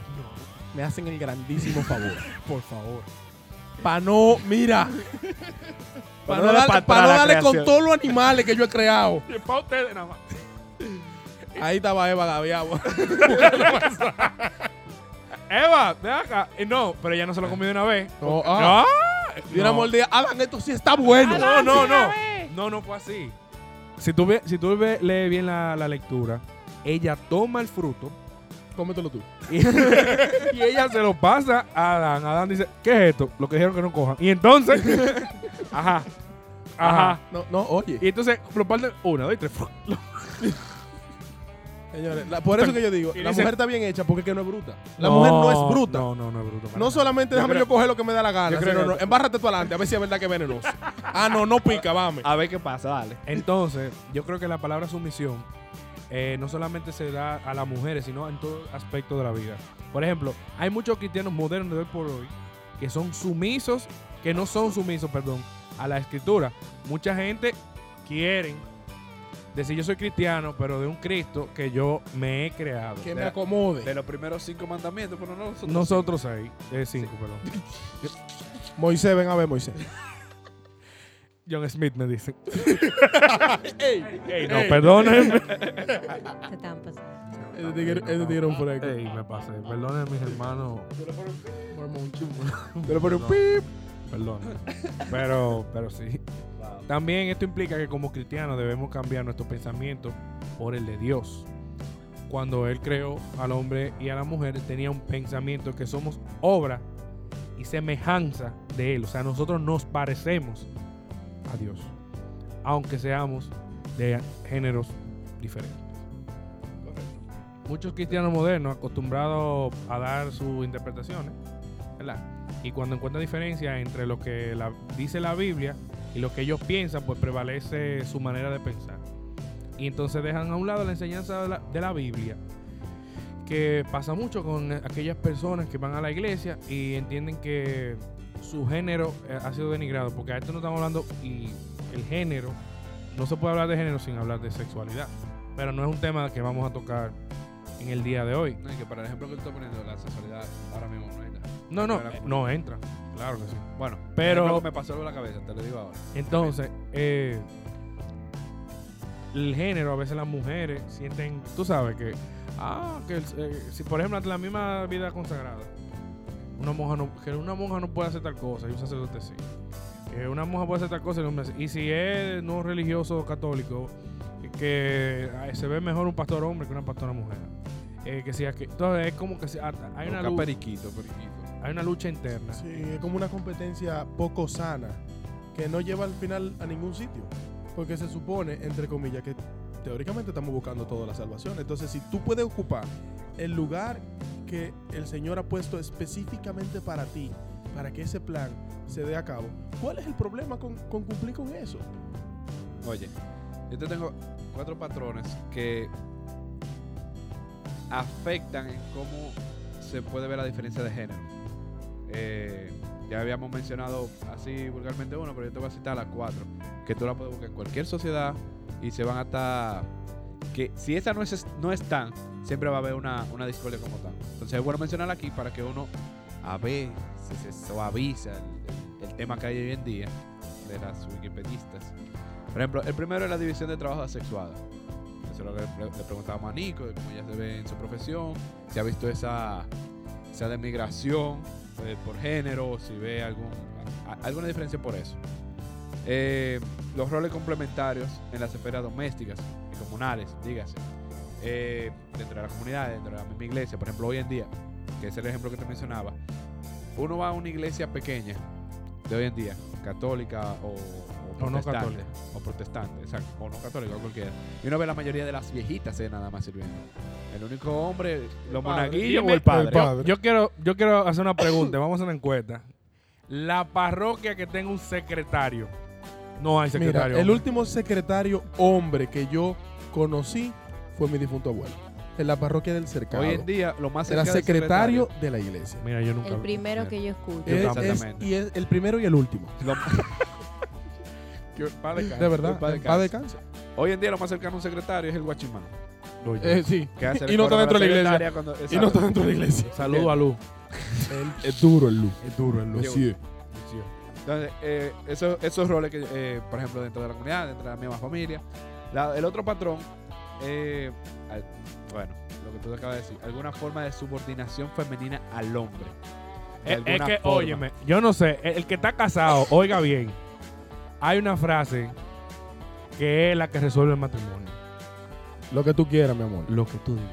B: me hacen el grandísimo favor. Por favor. Para no, mira.
E: Pa'
B: Para
E: no
B: no,
E: darle
B: darle-
E: pa'
B: pa'
E: atrás
B: no
E: la
B: darle con
E: creación.
B: todos los animales que yo he creado.
D: Para ustedes nada más.
B: Ahí estaba Eva Gaviagua.
D: Eva, ven acá. Eh, No, pero ella no se lo comió de una vez.
B: No, ah,
D: No,
B: y una
D: no.
B: mordida. Adam, esto sí está bueno.
D: no, no, no. No, no fue así. Si tú, ve- si tú ve- lees bien la, la lectura, ella toma el fruto
B: Cómetelo tú.
D: y, y ella se lo pasa a Adán. Adán dice, ¿qué es esto? Lo que dijeron que no cojan. Y entonces,
B: [laughs]
D: ajá, ajá.
B: No, no, oye.
D: Y entonces lo parten una, dos y tres. Lo-
B: Señores, la- por eso que yo digo,
D: Y
B: la
D: dice-
B: mujer está bien hecha porque es que no es bruta. La
D: No,
B: mujer no es bruta. No,
D: No, no, no es bruta. para nada.
B: solamente déjame yo coger lo que me da la gana.
E: yo creo
B: sino,
E: que-
B: no, embárrate tú adelante, a ver si es verdad que es venenoso. ah, no, no pica, vame.
E: A ver qué pasa, dale.
D: Entonces, yo creo que la palabra sumisión eh, no solamente se da a las mujeres, sino en todo aspecto de la vida. Por ejemplo, hay muchos cristianos modernos de hoy por hoy que son sumisos, que no son sumisos, perdón, a la escritura. Mucha gente quieren decir yo soy cristiano, pero de un Cristo que yo me he creado.
B: Que
E: de
B: me
E: la-
B: acomode.
E: De los primeros cinco mandamientos, pero no nosotros.
D: Nosotros seis, eh, cinco, perdón.
B: Moisés, ven a ver, Moisés.
D: John Smith me dice.
B: [laughs] Ey,
D: Ey, no,
B: ey.
D: perdónenme.
C: Se tampas.
B: Ese tigre ese tigre es un fresco.
D: Ey, me pasé. Perdónenme, mis hermanos.
B: Pero por un
D: No.
B: pip.
D: Perdón. Pero, pero sí. También esto implica que como cristianos debemos cambiar nuestro pensamiento por el de Dios. Cuando Él creó al hombre y a la mujer, tenía un pensamiento que somos obra y semejanza de Él. O sea, nosotros nos parecemos a Dios, aunque seamos de géneros diferentes. Muchos cristianos modernos acostumbrados a dar sus interpretaciones, ¿verdad? Y cuando encuentra diferencia entre lo que la- dice la Biblia y lo que ellos piensan, pues prevalece su manera de pensar. Y entonces dejan a un lado la enseñanza de la, de la Biblia, que pasa mucho con aquellas personas que van a la iglesia y entienden que su género eh, ha sido denigrado, porque a esto no estamos hablando y el género, no se puede hablar de género sin hablar de sexualidad, pero no es un tema que vamos a tocar en el día de hoy.
E: No, y que para el ejemplo que tú estás poniendo, la sexualidad ahora mismo no entra.
D: No, no,
E: Pero la-
D: no entra, claro que sí.
E: Bueno,
D: Pero-
E: ejemplo que me pasó algo en la cabeza, te lo digo ahora.
D: Entonces, eh, el género, a veces las mujeres sienten, tú sabes que, ah, que el- eh, si por ejemplo la misma vida consagrada, una monja no, que una monja no puede hacer tal cosa y un sacerdote sí. Que una monja puede hacer tal cosa y un hombre sí. Y si es no religioso católico, que eh, se ve mejor un pastor hombre que una pastora mujer. Eh, que sea que, entonces es como que se- hasta- hay, una
E: Busca
D: lu-
E: periquito, periquito.
D: hay una lucha interna.
B: Sí, es como una competencia poco sana que no lleva al final a ningún sitio. Porque se supone, entre comillas, que teóricamente estamos buscando toda la salvación. Entonces, si tú puedes ocupar el lugar que el Señor ha puesto específicamente para ti, para que ese plan se dé a cabo, ¿cuál es el problema con, con cumplir con eso?
E: Oye, yo te tengo cuatro patrones que afectan en cómo se puede ver la diferencia de género. Eh, ya habíamos mencionado así vulgarmente uno, pero yo te voy a citar las cuatro, que tú la puedes buscar en cualquier sociedad y se van hasta... Que si esa no es, no es tan, siempre va a haber una, una discordia como tal. Entonces es bueno mencionarla aquí para que uno a ver si se suaviza el, el- el tema que hay hoy en día de las wikipedistas. Por ejemplo, el primero es la división de trabajo asexuado. eso era lo que le, le preguntábamos a Nico, de cómo ella se ve en su profesión, si ha visto esa, esa demigración eh, por género, o si ve algún, a- alguna diferencia por eso. Eh, los roles complementarios en las esferas domésticas y comunales, dígase, eh, dentro de la comunidad, dentro de la misma iglesia, por ejemplo, hoy en día, que es el ejemplo que te mencionaba, uno va a una iglesia pequeña de hoy en día, católica o,
D: O no
E: protestante,
D: católica.
E: O protestante, exacto, o no católica, o cualquiera. Y uno ve la mayoría de las viejitas eh, nada más sirviendo. El único hombre, los
B: padre.
E: monaguillos o
D: Dime-
E: el padre.
B: el padre.
D: Yo quiero, yo quiero hacer una pregunta. Vamos a hacer una encuesta. La parroquia que tenga un secretario. No hay
B: Mira,
D: secretario.
B: el último secretario hombre que yo conocí fue mi difunto abuelo. En la parroquia del cercado.
E: Hoy en día, lo más
B: Era
E: cerca del
B: secretario de la iglesia.
D: Mira, yo nunca.
C: El primero
E: vi.
C: que yo escucho.
E: Yo
B: Es-
E: tampoco.
B: es-
E: Exactamente.
B: y es el primero y el último.
E: Lo-
B: [laughs]
E: Que pa' descanse,
B: De verdad.
E: pa'
B: en
E: descanse.
B: paz descanse.
E: Hoy en día lo más cercano a un secretario es el guachimán.
D: Oye,
B: Eh, sí.
E: que hace el
B: Y no está
E: coro
B: dentro de la iglesia.
E: secretaria cuando-
B: Y no
E: exacto.
B: está dentro de la iglesia.
D: Saludo a Luz.
B: Es duro [laughs] el luz.
D: Es duro, es
E: Luz.
B: Así es.
E: Entonces, eh, eso- esos roles que, eh, por ejemplo, dentro de la comunidad, dentro de la misma familia. La- el otro patrón, eh, al- bueno, lo que tú te acabas de decir, alguna forma de subordinación femenina al hombre.
D: Eh, Es,
E: De
D: es
E: alguna
D: que,
E: forma.
D: óyeme, yo no sé, el, el que está casado, oiga bien, hay una frase que es la que resuelve el matrimonio.
B: Lo que tú quieras, mi amor.
D: Lo que tú digas.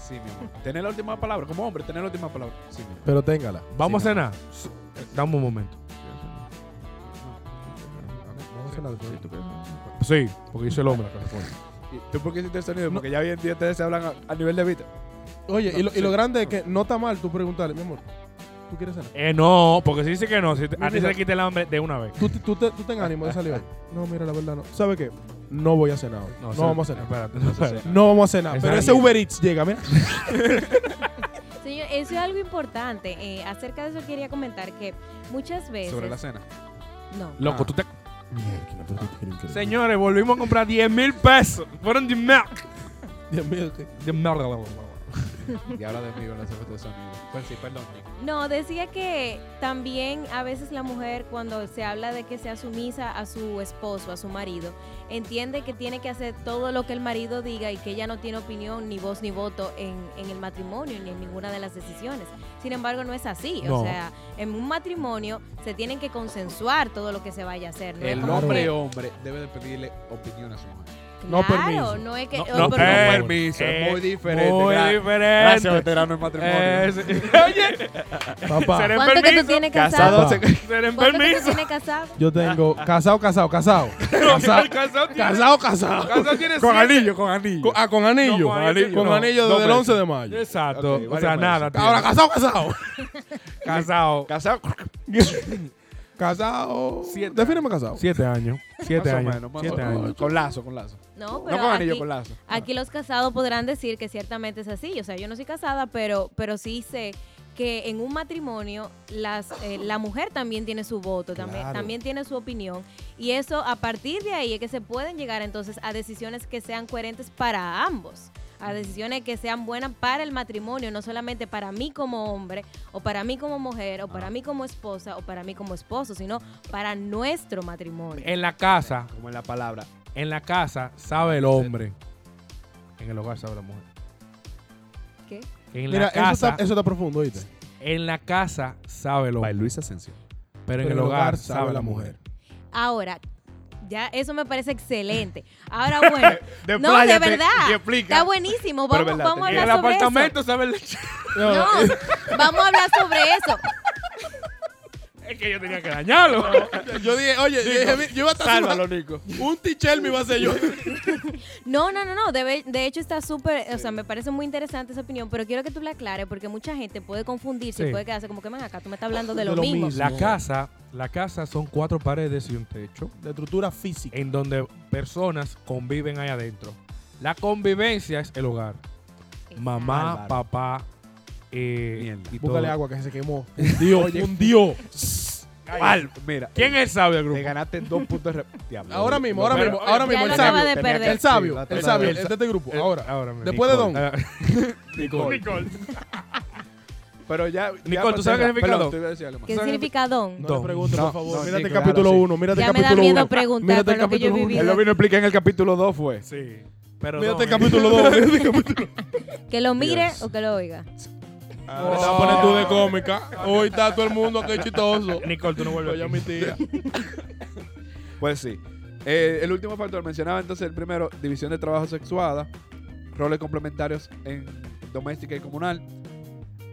E: Sí, mi amor. Tener la última palabra, como hombre, tener la última palabra. Sí, mi amor.
B: Pero téngala.
D: Vamos
E: Sí,
D: a cenar. Dame un momento.
B: Vamos a cenar después.
D: Sí, porque yo soy el hombre. acá, coño.
E: [laughs] ¿Y ¿Tú por qué hiciste el sonido? Porque ya hoy en día ustedes se hablan a, a nivel de vida.
B: Oye, y, lo, y
E: Sí.
B: lo grande es que no está mal tú preguntarle, mi amor, ¿tú quieres cenar?
D: Eh, no, porque si dice que no, si te- a ti se
B: Mira.
D: te quita el hambre de una vez.
B: ¿Tú, te- tú, te, tú ten ánimo de salir hoy? No, mira, la verdad no. ¿Sabe qué? No voy a cenar hoy. No,
D: se-
B: vamos a cenar.
D: Espérate, no, espérate.
B: No vamos a cenar.
D: Esa
B: Pero
D: es
B: ese
D: mía.
B: Uber Eats llega, mira.
C: Señor, eso es algo importante. Eh, acerca de eso quería comentar que muchas veces...
E: Sobre la cena.
C: No.
D: Loco,
E: Ah.
D: tú te. Señores, volvimos a comprar 10 mil pesos. Fueron 10 mil.
B: Dios mío, que-
D: 10 mil.
E: [laughs] Y habla de mí con los efectos de sonido. Pues sí, perdón, Nico.
C: No, decía que también a veces la mujer cuando se habla de que sea sumisa a su esposo, a su marido, entiende que tiene que hacer todo lo que el marido diga y que ella no tiene opinión ni voz ni voto en, en el matrimonio ni en ninguna de las decisiones. Sin embargo, no es así.
D: No.
C: O sea, en un matrimonio se tienen que consensuar todo lo que se vaya a hacer. No es
E: El
C: como
E: hombre
C: que-
E: hombre debe de pedirle opinión a su mujer.
B: No
C: Claro,
B: permiso.
C: no es que...
D: No,
C: oh,
D: no
C: pero-
D: Eh, permiso.
E: permiso,
D: eh,
E: es muy diferente.
D: muy
E: gra-
D: diferente.
E: Gracias, veterano en matrimonio.
D: Eh,
E: [laughs]
D: sí. Oye,
B: papá,
D: Seré-
C: ¿Cuánto que tú
D: permiso.
C: tienes
E: Casado
C: casado?
B: Papá.
E: se-
D: se den
C: ¿Cuánto que tú
D: permiso.
C: tienes casado?
B: yo tengo casado, casado, casado.
D: El [laughs]
B: Casado,
D: casado tiene-
B: casado, casado.
D: casado tiene
E: Con
D: siete.
E: anillo, con anillo.
B: Con- Ah, con anillo.
D: No, con anillo.
B: Con
D: No,
B: anillo
D: dos
B: desde el
D: veces.
B: 11 de mayo.
D: Exacto.
E: Ok,
D: o
E: varios
D: sea,
E: países.
D: nada. tiene.
B: Ahora, casado, casado.
D: casado.
E: Casado.
B: Casado.
E: Siete.
B: Defíneme casado.
D: Siete años. Siete
E: Más o
D: años.
E: menos, más o
D: siete
E: menos.
D: años.
E: Con lazo, con lazo.
C: No, pero
E: No con anillo,
C: aquí-
E: con lazo.
C: Aquí los casados podrán decir que ciertamente es así. O sea, yo no soy casada, pero, pero sí sé que en un matrimonio las, eh, la mujer también tiene su voto, también,
B: Claro.
C: también tiene su opinión. Y eso, a partir de ahí, es que se pueden llegar entonces a decisiones que sean coherentes para ambos. A decisiones que sean buenas para el matrimonio, no solamente para mí como hombre, o para mí como mujer, o para mí como esposa, o para mí como esposo, sino para nuestro matrimonio.
D: En la casa,
E: Como en la palabra.
D: en la casa sabe el hombre. En el hogar sabe la mujer.
C: ¿Qué?
D: En
B: Mira,
D: la
B: eso
D: casa,
B: está, eso está profundo, ¿oíste?
D: en la casa sabe el hombre.
E: Luis Asensio.
D: Pero en
B: Pero
D: el hogar sabe la mujer.
C: Ahora, ya eso me parece excelente. Ahora, bueno, no, de
E: Despláyate
C: verdad.
E: y explica.
C: Está buenísimo.
E: Pero
C: Vamos,
E: verdad,
C: vamos a
D: En
E: tenía-
C: hablar
D: el
C: sobre
D: apartamento sabe el [laughs]
C: eso. No, [laughs] vamos a hablar sobre eso.
D: Es que yo tenía que dañarlo.
B: Yo dije, oye, dije, yo iba a estar
E: Sálvalo, Nico.
B: un tichel me iba a hacer yo.
C: No, no, no, no. De, de hecho, está súper. O sea, me parece muy interesante esa opinión, pero quiero que tú la aclares porque mucha gente puede confundirse
D: Sí.
C: y puede quedarse como que, ven acá, tú me estás hablando de
B: De
C: lo,
B: lo
C: mismo.
B: mismo.
D: La casa, la casa son cuatro paredes y un techo
B: De estructura física.
D: en donde personas conviven ahí adentro. La convivencia es el hogar. Mamá,
E: Bárbaro.
D: papá eh,
E: Mierda.
D: y
B: Búscale
D: todo.
B: agua que se quemó. Un dios, un dios.
E: Al, mira.
D: ¿Quién es el sabio del
E: Te
D: grupo?
E: ganaste dos puntos [laughs] de re- Diablo.
B: Ahora mismo, ahora
D: Pero-
B: mismo, ahora
C: Ya
B: mismo
C: lo
B: el
C: acaba
B: sabio.
C: de perder.
B: El sabio,
E: Sí,
B: el sabio,
E: la-
B: el de este grupo.
D: Eh,
B: Ahora,
D: ahora mismo.
B: Después de Don.
D: Ah,
E: Nicole.
D: Nicole.
E: Pero ya.
D: Nicole, ¿tú sabes qué significa
E: Perdón,
D: don?
E: te iba a decir algo más.
C: ¿Qué significa
D: [laughs]
C: don?
B: no le preguntes,
E: No,
B: por favor.
E: no,
B: mírate
E: sí,
B: el
E: claro,
B: capítulo
E: sí.
B: 1, mírate
C: Ya
B: el
C: me da
B: capítulo
C: miedo
B: 1.
C: preguntar
B: Mírate
C: por
B: el
C: lo que yo he
B: capítulo uno.
C: vivido.
E: Él lo vino a explicar en el capítulo 2, fue.
D: Sí. Pero
B: Mira
D: no,
B: este
D: eh.
B: capítulo 2. Mira este capítulo.
C: Que lo mire
E: Dios.
C: o que lo oiga.
D: Ah,
B: Ahora te vas a poner tú de cómica. Hoy está todo el mundo que chistoso.
D: Nicole, tú no vuelves.
B: Oye,
D: aquí.
B: mi tía.
E: [laughs] Pues sí. Eh, el último factor mencionaba entonces el primero, división de trabajo sexuada, roles complementarios en doméstica y comunal,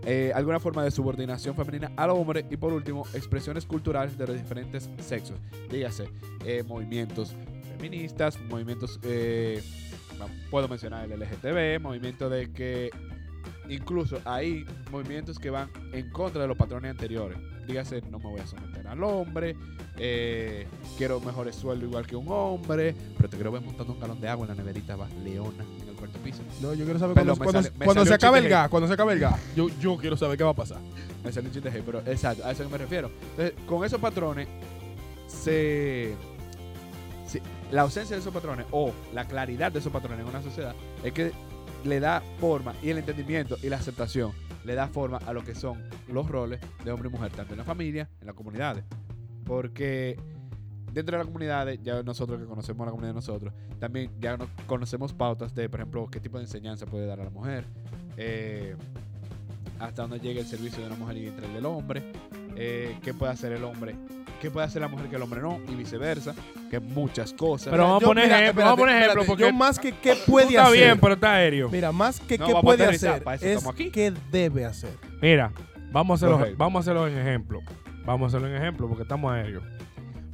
E: eh, alguna forma de subordinación femenina al hombre y por último, expresiones culturales de los diferentes sexos. Dígase, eh, movimientos feministas, movimientos, eh, bueno, puedo mencionar el LGTB, movimiento de que incluso hay movimientos que van en contra de los patrones anteriores. Dígase, no me voy a someter al hombre, eh, quiero mejores sueldos igual que un hombre, pero te quiero ver montando un galón de agua en la neverita va, leona en el cuarto piso.
B: No, yo quiero saber
E: Pero
B: cuando,
E: me
B: cuando-
E: sale- me
B: cuando
E: salió
B: se
E: un
B: acabe el
E: chiste
B: gas. Cuando se acabe el gas. Yo, yo quiero saber qué va a pasar.
E: Me salió un chiste gay, pero exacto, a eso me refiero. Entonces, con esos patrones, se, se- La ausencia de esos patrones o la claridad de esos patrones en una sociedad es que le da forma y el entendimiento y la aceptación le da forma a lo que son los roles de hombre y mujer, tanto en la familia, en las comunidades. Porque dentro de las comunidades, ya nosotros que conocemos la comunidad de nosotros, también ya no- conocemos pautas de, por ejemplo, qué tipo de enseñanza puede dar a la mujer. eh, hasta dónde llega el servicio de la mujer y entre el del hombre, eh, qué puede hacer el hombre, qué puede hacer la mujer que el hombre no, y viceversa, que muchas cosas.
D: Pero vamos a
B: Yo-
D: poner
B: mira,
D: ejemplo, vamos a poner
B: espérate,
D: ejemplo,
B: espérate.
D: porque
B: Yo más que qué puede
D: está
B: hacer.
D: bien, pero está aéreo.
B: Mira, más que
E: No,
B: qué
E: vamos a
B: puede
E: aterrizar,
B: hacer
E: para eso
B: es
E: estamos aquí.
B: qué debe hacer.
D: Mira, vamos a, hacerlo,
E: Correcto.
D: vamos a hacerlo en ejemplo. Vamos a hacerlo en ejemplo porque estamos aéreos.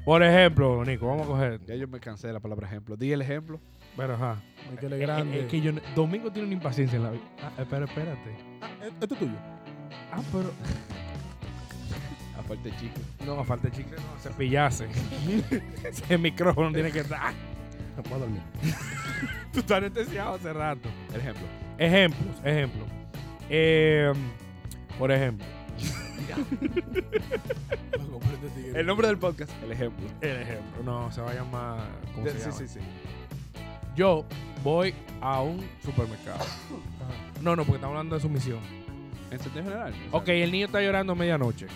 D: Por ejemplo, Nico, vamos a coger.
E: Ya yo me cansé de la palabra ejemplo. Di el ejemplo.
D: Bueno, ajá.
B: Miquel es
E: Eh,
D: Es-
B: grande.
D: Es, que yo. no- Domingo tiene una impaciencia en la vida. Ah, espera, espérate.
B: Ah, Esto es tuyo.
D: Ah, pero.
E: Aparte, chicos.
D: No, falta el chicle, no, cepillarse. [laughs] el micrófono tiene que estar. [laughs]
B: No puedo [laughs] dormir.
D: Tú estás anestesiado hace rato.
E: El ejemplo.
D: Ejemplos, ejemplos. Eh, por ejemplo,
B: Loco, pero este tigre-
E: El nombre del podcast. El ejemplo.
D: el ejemplo. No, se va a llamar. ¿cómo se
E: Sí,
D: llama?
E: sí, sí.
D: Yo voy a un supermercado.
B: Ajá.
D: No, no, porque estamos hablando de sumisión.
E: En sentido general. o sea,
D: Ok, el niño está llorando a medianoche.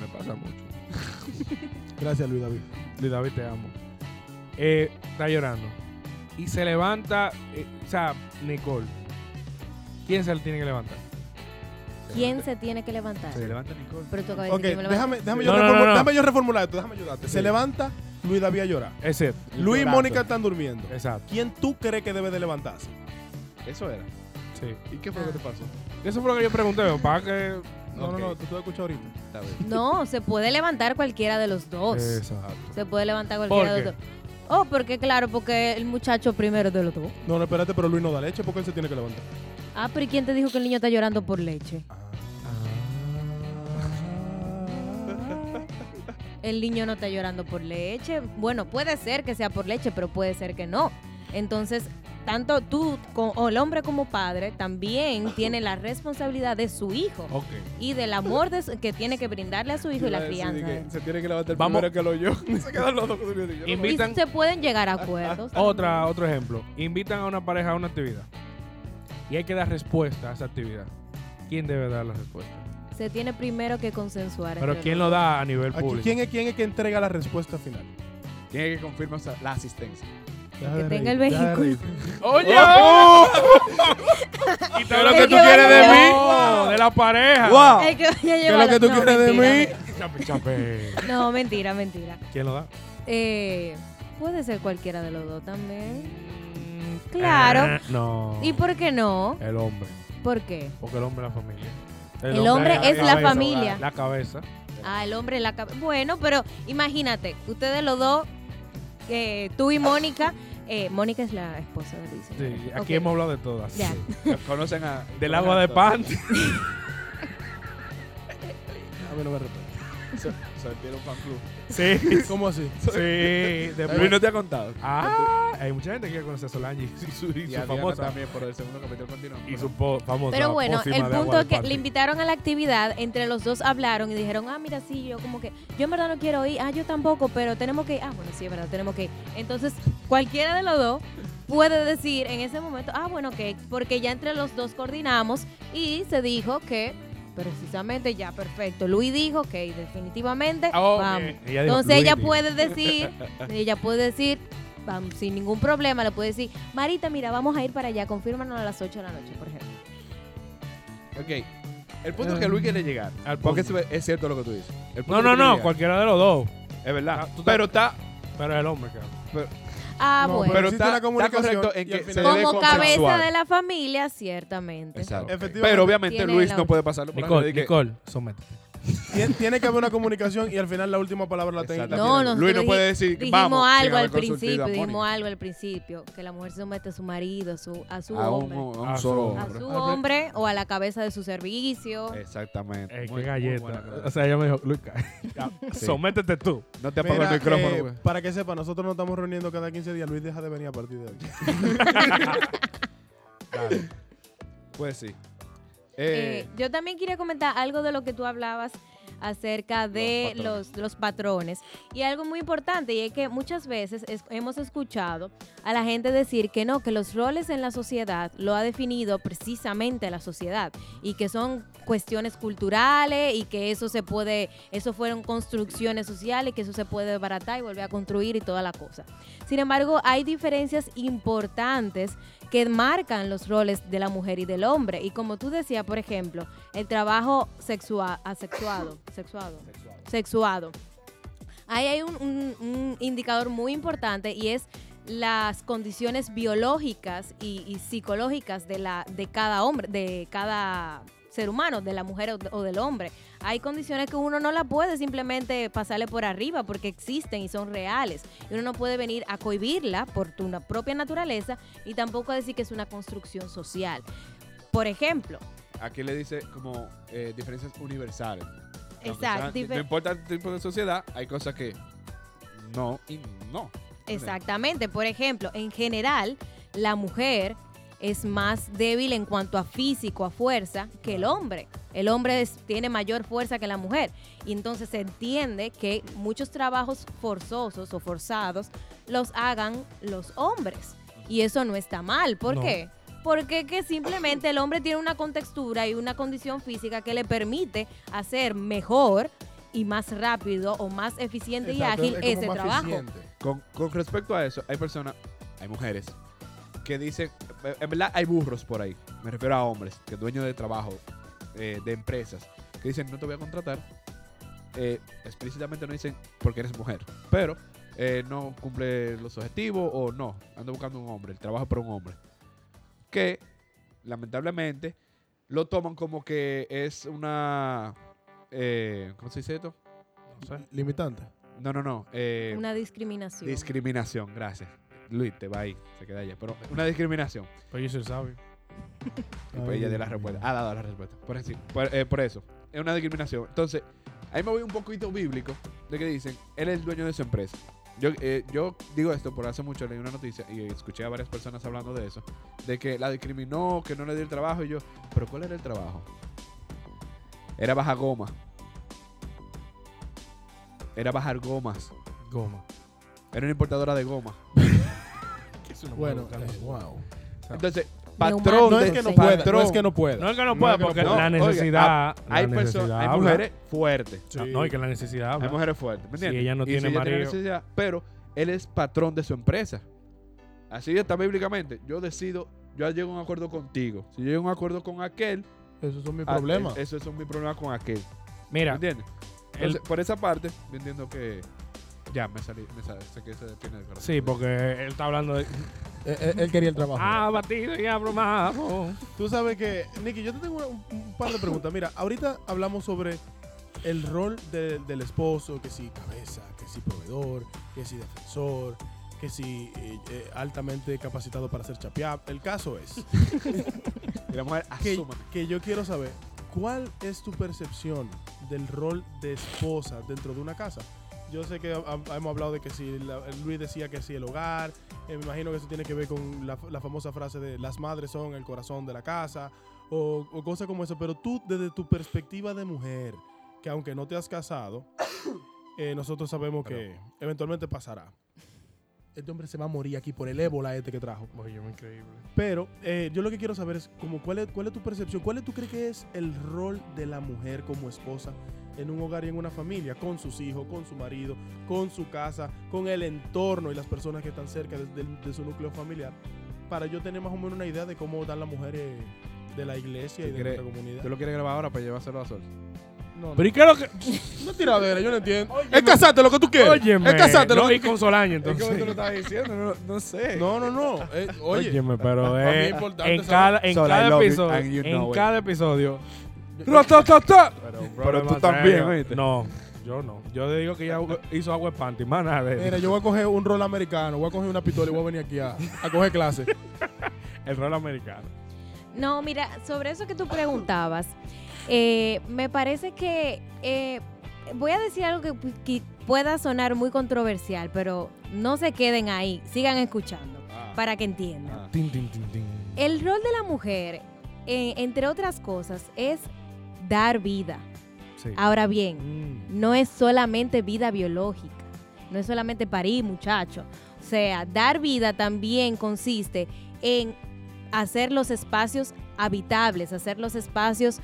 D: Me pasa mucho.
B: Gracias, Luis David.
D: Luis David, te amo. Eh, está llorando. Y se levanta. eh, o sea, Nicole. ¿Quién se le tiene que levantar?
C: ¿Quién se tiene que levantar?
E: Se levanta Nicole.
C: Pero tú acabas de
B: Ok,
C: decir que me levanto.
B: déjame, déjame, yo
D: No, no,
B: reformu-
D: no, no.
B: déjame yo reformular esto. Déjame ayudarte.
D: Sí.
B: Se levanta, Luis David a llorar.
D: Ese.
B: Luis y
E: Llorando.
B: Mónica están durmiendo.
D: Exacto.
B: ¿Quién tú crees que debe de levantarse?
E: Eso era.
D: Sí.
E: ¿Y qué fue lo que te pasó?
D: Eso fue lo que yo pregunté, para que.
B: No,
E: Ok.
B: no, no, tú te escuchas ahorita.
E: Está bien.
C: No, se puede levantar cualquiera de los dos. Se puede levantar
D: ¿Por
C: cualquiera de
D: qué?
C: los dos. Oh, porque claro, porque el muchacho primero de los dos.
B: No, no, espérate, pero Luis no da leche porque él se tiene que levantar.
C: Ah, pero ¿y quién te dijo que el niño está llorando por leche? El niño no está llorando por leche. Bueno, puede ser que sea por leche, pero puede ser que no. Entonces, tanto tú co- o el hombre como padre también tiene la responsabilidad de su hijo
D: Ok.
C: y del amor de su- que tiene que brindarle a su hijo y la crianza. de él.
E: Se tiene que levantar
D: Vamos.
E: primero que lo yo. se quedan los dos con su vida. Yo no
D: Invi-
E: voy.
C: Y
D: invitan-
C: se pueden llegar a acuerdos.
D: [laughs] Otra, otro ejemplo. Invitan a una pareja a una actividad. Y hay que dar respuesta a esa actividad. ¿Quién debe dar la respuesta?
C: Se tiene primero que consensuar.
D: Pero
C: entre
D: ¿quién
C: los
D: lo da a nivel
B: Aquí,
D: público?
B: ¿quién, es, ¿Quién es que entrega la respuesta final?
E: Tiene que confirmar esa- la asistencia.
B: Deja
C: que
B: de
C: tenga el
B: reír, deja de
C: vehículo.
B: reír.
C: [laughs]
D: ¡Oye!
E: ¡Oh!
D: ¿Y todo lo
C: El
D: que tú
C: que
D: quieres
C: vaya
D: de
C: a
D: mí?
E: llevar.
D: No, de la pareja.
E: ¡Wow!
C: dos. El que vaya
B: ¿Qué
C: a
B: es lo
C: llevar-
B: que tú
C: no,
B: quieres de
C: mentira,
B: mí?
C: mentira.
D: Chape, chape.
C: No, mentira, mentira.
D: ¿Quién lo da?
C: Eh, puede ser cualquiera de los dos también. Claro.
D: Eh, no.
C: ¿Y por qué no?
D: El hombre.
C: ¿Por qué?
D: Porque el hombre es la familia.
C: El hombre es la
D: cabeza,
C: familia.
D: La cabeza.
C: Ah, el hombre en la cabeza. Bueno, pero imagínate, ustedes los dos, eh, tú y Mónica. eh, Mónica es la esposa de Luis.
D: Sí,
C: señores.
D: aquí
C: Ok.
D: hemos hablado de todas.
C: Ya.
D: Sí.
E: Conocen a.
D: Del agua de
C: [laughs]
D: pan.
B: A mí no me respeto.
E: Sortieron fan club.
D: Sí,
B: ¿Cómo así?
D: sí.
E: Luis
D: Después,
E: no te ha contado.
D: ah, hay mucha gente que quiere conocer a Solange y su, y su
E: Y a Diana
D: famosa.
E: también por el segundo capítulo continuo.
D: Y su po- famosa.
C: Pero bueno,
D: pócima
C: el
D: de agua
C: punto
D: de
C: es que
D: pan.
C: le invitaron a la actividad, entre los dos hablaron y dijeron, ah, mira, sí, yo como que, yo en verdad no quiero ir, ah, yo tampoco, pero tenemos que ir, ah, bueno, sí, es verdad, tenemos que ir. Entonces, cualquiera de los dos puede decir en ese momento, ah, bueno, ok, porque ya entre los dos coordinamos y se dijo que, precisamente, ya, perfecto, Luis dijo, ok, definitivamente,
D: Ah, ok.
C: vamos.
D: Ella dijo,
C: Entonces ella
D: Luigi.
C: puede decir, ella puede decir, vam- sin ningún problema le puede decir, Marita, mira, vamos a ir para allá, confírmanos a las 8 de la noche, por ejemplo.
E: Ok. El punto es que Luis quiere llegar.
D: Al
E: Porque
D: punto.
E: eso es es cierto lo que tú dices. El punto
D: No, no,
E: que quiere
D: no,
E: llegar-
D: cualquiera de los dos.
E: Es verdad.
D: Ah, tú te-
E: Pero está,
D: Pero es el hombre, cabrón.
C: Ah,
B: No,
C: bueno.
E: pero
B: existe
E: está,
B: la
E: está
B: comunicación
E: correcto en
B: y al
E: que se
B: final-
E: debe
C: Como cabeza
E: consensuar.
C: de la familia, ciertamente.
E: Exacto.
B: Efectivamente.
E: Pero obviamente
C: Tiene
E: Luis
C: la
E: no
C: otra.
E: puede pasarlo por
D: Nicole,
E: alto, de que-
D: Nicole, sométete.
B: Tien- Tiene que haber una comunicación y al final la última palabra la tenga.
E: Exactamente.
C: No, nosotros
E: Luis no
C: dij-
E: puede decir
C: Dijimos
E: vamos. sin
C: algo al
E: haber consultado
C: principio,
E: a Mónica.
C: dijimos algo al principio, que la mujer se somete a su marido, a su, a su
E: A un,
C: hombre.
E: a un
D: A su
E: solo
C: a
E: Ah, hombre.
C: su hombre o a la cabeza de su servicio.
E: Este Exactamente.
D: Eh,
E: Muy-
D: qué
E: muy
D: galleta.
E: buena cara.
D: o sea, ella me dijo, Luca, [laughs]
E: Sí.
D: sométete tú.
E: No te apago
B: Mira,
E: el micrófono,
B: eh,
E: güey.
B: para que sepa, nosotros nos estamos reuniendo cada 15 días. Luis deja de venir a partir de hoy.
E: Dale. Pues sí.
C: Eh,
E: Eh,
C: yo también quería comentar algo de lo que tú hablabas acerca de
E: Los patrones.
C: los, los patrones. Y algo muy importante, y es que muchas veces es- hemos escuchado a la gente decir que no, que los roles en la sociedad lo ha definido precisamente la sociedad y que son cuestiones culturales y que eso se puede, eso fueron construcciones sociales, que eso se puede desbaratar y volver a construir y toda la cosa. Sin embargo, hay diferencias importantes que marcan los roles de la mujer y del hombre. Y como tú decías, por ejemplo, el trabajo sexua- asexuado, sexuado, sexuado. Ahí hay un, un- un indicador muy importante y es las condiciones biológicas y, y psicológicas de, la, de cada hombre, de cada ser humano, de la mujer o, o del hombre. Hay condiciones que uno no la puede simplemente pasarle por arriba porque existen y son reales. Y uno no puede venir a cohibirla por tu na- propia naturaleza y tampoco a decir que es una construcción social. Por ejemplo,
E: aquí le dice como eh, diferencias universales. Aunque
C: Exacto,
E: sean-
C: difer-
E: No importa el tipo de sociedad, hay cosas que no y no.
C: Exactamente. Por ejemplo, en general, la mujer es más débil en cuanto a físico, a fuerza, que el hombre. El hombre es- tiene mayor fuerza que la mujer. Y entonces se entiende que muchos trabajos forzosos o forzados los hagan los hombres. Y eso no está mal. ¿Por
D: No.
C: qué? Porque que simplemente el hombre tiene una contextura y una condición física que le permite hacer mejor y más rápido o más eficiente
B: Exacto,
C: y ágil
B: es como
C: ese
B: más
C: trabajo.
B: eficiente.
E: Con, con respecto a eso, hay personas, hay mujeres, que dicen, eh, en verdad hay burros por ahí, me refiero a hombres, que dueños de trabajo, eh, de empresas, que dicen, no te voy a contratar, eh, explícitamente no dicen porque eres mujer, pero eh, no cumple los objetivos o no, ando buscando un hombre, el trabajo para un hombre, que lamentablemente lo toman como que es una... eh, ¿Cómo se dice esto?
B: Limitante.
E: No, no, no. eh,
C: Una discriminación.
E: Discriminación, gracias. Luis, te va ahí, se queda allá. Pero una discriminación.
D: Pero Pues yo soy sabio.
E: Y pues ella dio la respuesta. Ha dado la respuesta. Por, así- por, eh, por eso. Es una discriminación. Entonces, ahí me voy un poquito bíblico de que dicen, él es el dueño de su empresa. Yo, eh, yo digo esto por hace mucho leí una noticia y escuché a varias personas hablando de eso, de que la discriminó, que no le dio el trabajo y yo, pero ¿cuál era el trabajo? Era bajar goma. Era bajar gomas.
D: Goma.
E: Era una importadora de goma.
B: Bueno, eh, wow.
E: Entonces,
C: Neumático.
E: patrón
B: No
E: de
B: es que no
C: Patrón.
B: pueda. No es que no pueda.
D: No es que no
B: No
D: pueda,
B: es que no
D: porque
B: pueda. ah,
D: la
E: No, oiga, ah,
D: necesidad. la
E: hay personas,
D: necesidad
E: hay
D: habla.
E: mujeres fuertes.
B: Sí.
D: No, No, y que la necesidad. habla.
E: Hay mujeres fuertes, ¿me
D: Si
E: entiendes?
D: ella no
E: Y
D: tiene marido.
E: necesidad, pero él es patrón de su empresa. Así está bíblicamente. Yo decido, yo llego a un acuerdo contigo. Si yo llego a un acuerdo con aquel,
B: Esos son mis
E: ah,
B: problemas.
E: es- esos son mis problemas con aquel. ¿Me
D: Mira,
E: entiendes?
D: el-
E: Entonces, por esa parte, yo entiendo que ya me salí, me salí, sé que se detiene el corazón.
D: sí, porque él está hablando de.
B: Eh, eh, él quería el trabajo.
D: Ah, batido y abrumado.
B: Tú sabes que, Nicky, yo te tengo una- un, un par de preguntas. Mira, ahorita hablamos sobre el rol de- del esposo, que si cabeza, que si proveedor, que si defensor, que si eh, eh, altamente capacitado para ser chapeap. El caso es
E: Y la mujer,
B: que,
E: asúmame.
B: que yo quiero saber cuál es tu percepción del rol de esposa dentro de una casa. Yo sé que ha- hemos hablado de que si la- Luis decía que si el hogar, eh, me imagino que eso tiene que ver con la, la famosa frase de las madres son el corazón de la casa o, o cosas como eso, pero tú desde tu perspectiva de mujer, que aunque no te has casado, [coughs] eh, nosotros sabemos que eventualmente pasará. Este hombre se va a morir aquí por el ébola este que trajo.
D: Oye, increíble.
B: Pero eh, yo lo que quiero saber es como cuál es, cuál es tu percepción, cuál es- tú crees que es el rol de la mujer como esposa en un hogar y en una familia, con sus hijos, con su marido, con su casa, con el entorno y las personas que están cerca de, de- de su núcleo familiar, para yo tener más o menos una idea de cómo están las mujeres de la iglesia y
E: ¿Tú
B: de
E: crees-
B: nuestra comunidad.
E: Tú lo quieres grabar ahora para llevárselo a Sol.
B: No,
D: Pero ¿y qué es lo que...?
B: no, no tiradera, yo no entiendo. es casarte lo que tú quieres.
D: Óyeme.
B: es casarte lo
D: No,
B: que
D: y
B: tú quieres.
D: con Solaña, entonces.
E: estabas diciendo, no, sé.
B: No, no, no. eh, oye,
D: Óyeme, pero
B: para mí
D: eh,
B: es importante
D: en
B: saber-
D: cada, en
E: So I
D: cada
E: love you
D: episodio,
E: and you know
D: en
E: it.
D: cada episodio.
E: Pero,
D: problema
E: tú también,
D: serio.
E: oíste.
D: No, yo no. Yo le digo que ya hizo agua de panty, más nada de
B: Eh, mira,
D: eso.
B: yo voy a coger un rol americano, voy a coger una pistola y voy a venir aquí a, a coger clases.
D: El rol americano.
C: No, mira, sobre eso que tú preguntabas, eh, me parece que eh, voy a decir algo que, pu- que pueda sonar muy controversial, pero no se queden ahí, sigan escuchando
E: Ah.
C: para que entiendan.
E: Ah.
D: Tin, tin, tin, tin.
C: El rol de la mujer, eh, entre otras cosas, es dar vida.
D: Sí.
C: Ahora bien,
D: Mm.
C: no es solamente vida biológica, no es solamente parir, muchacho. O sea, dar vida también consiste en hacer los espacios habitables, hacer los espacios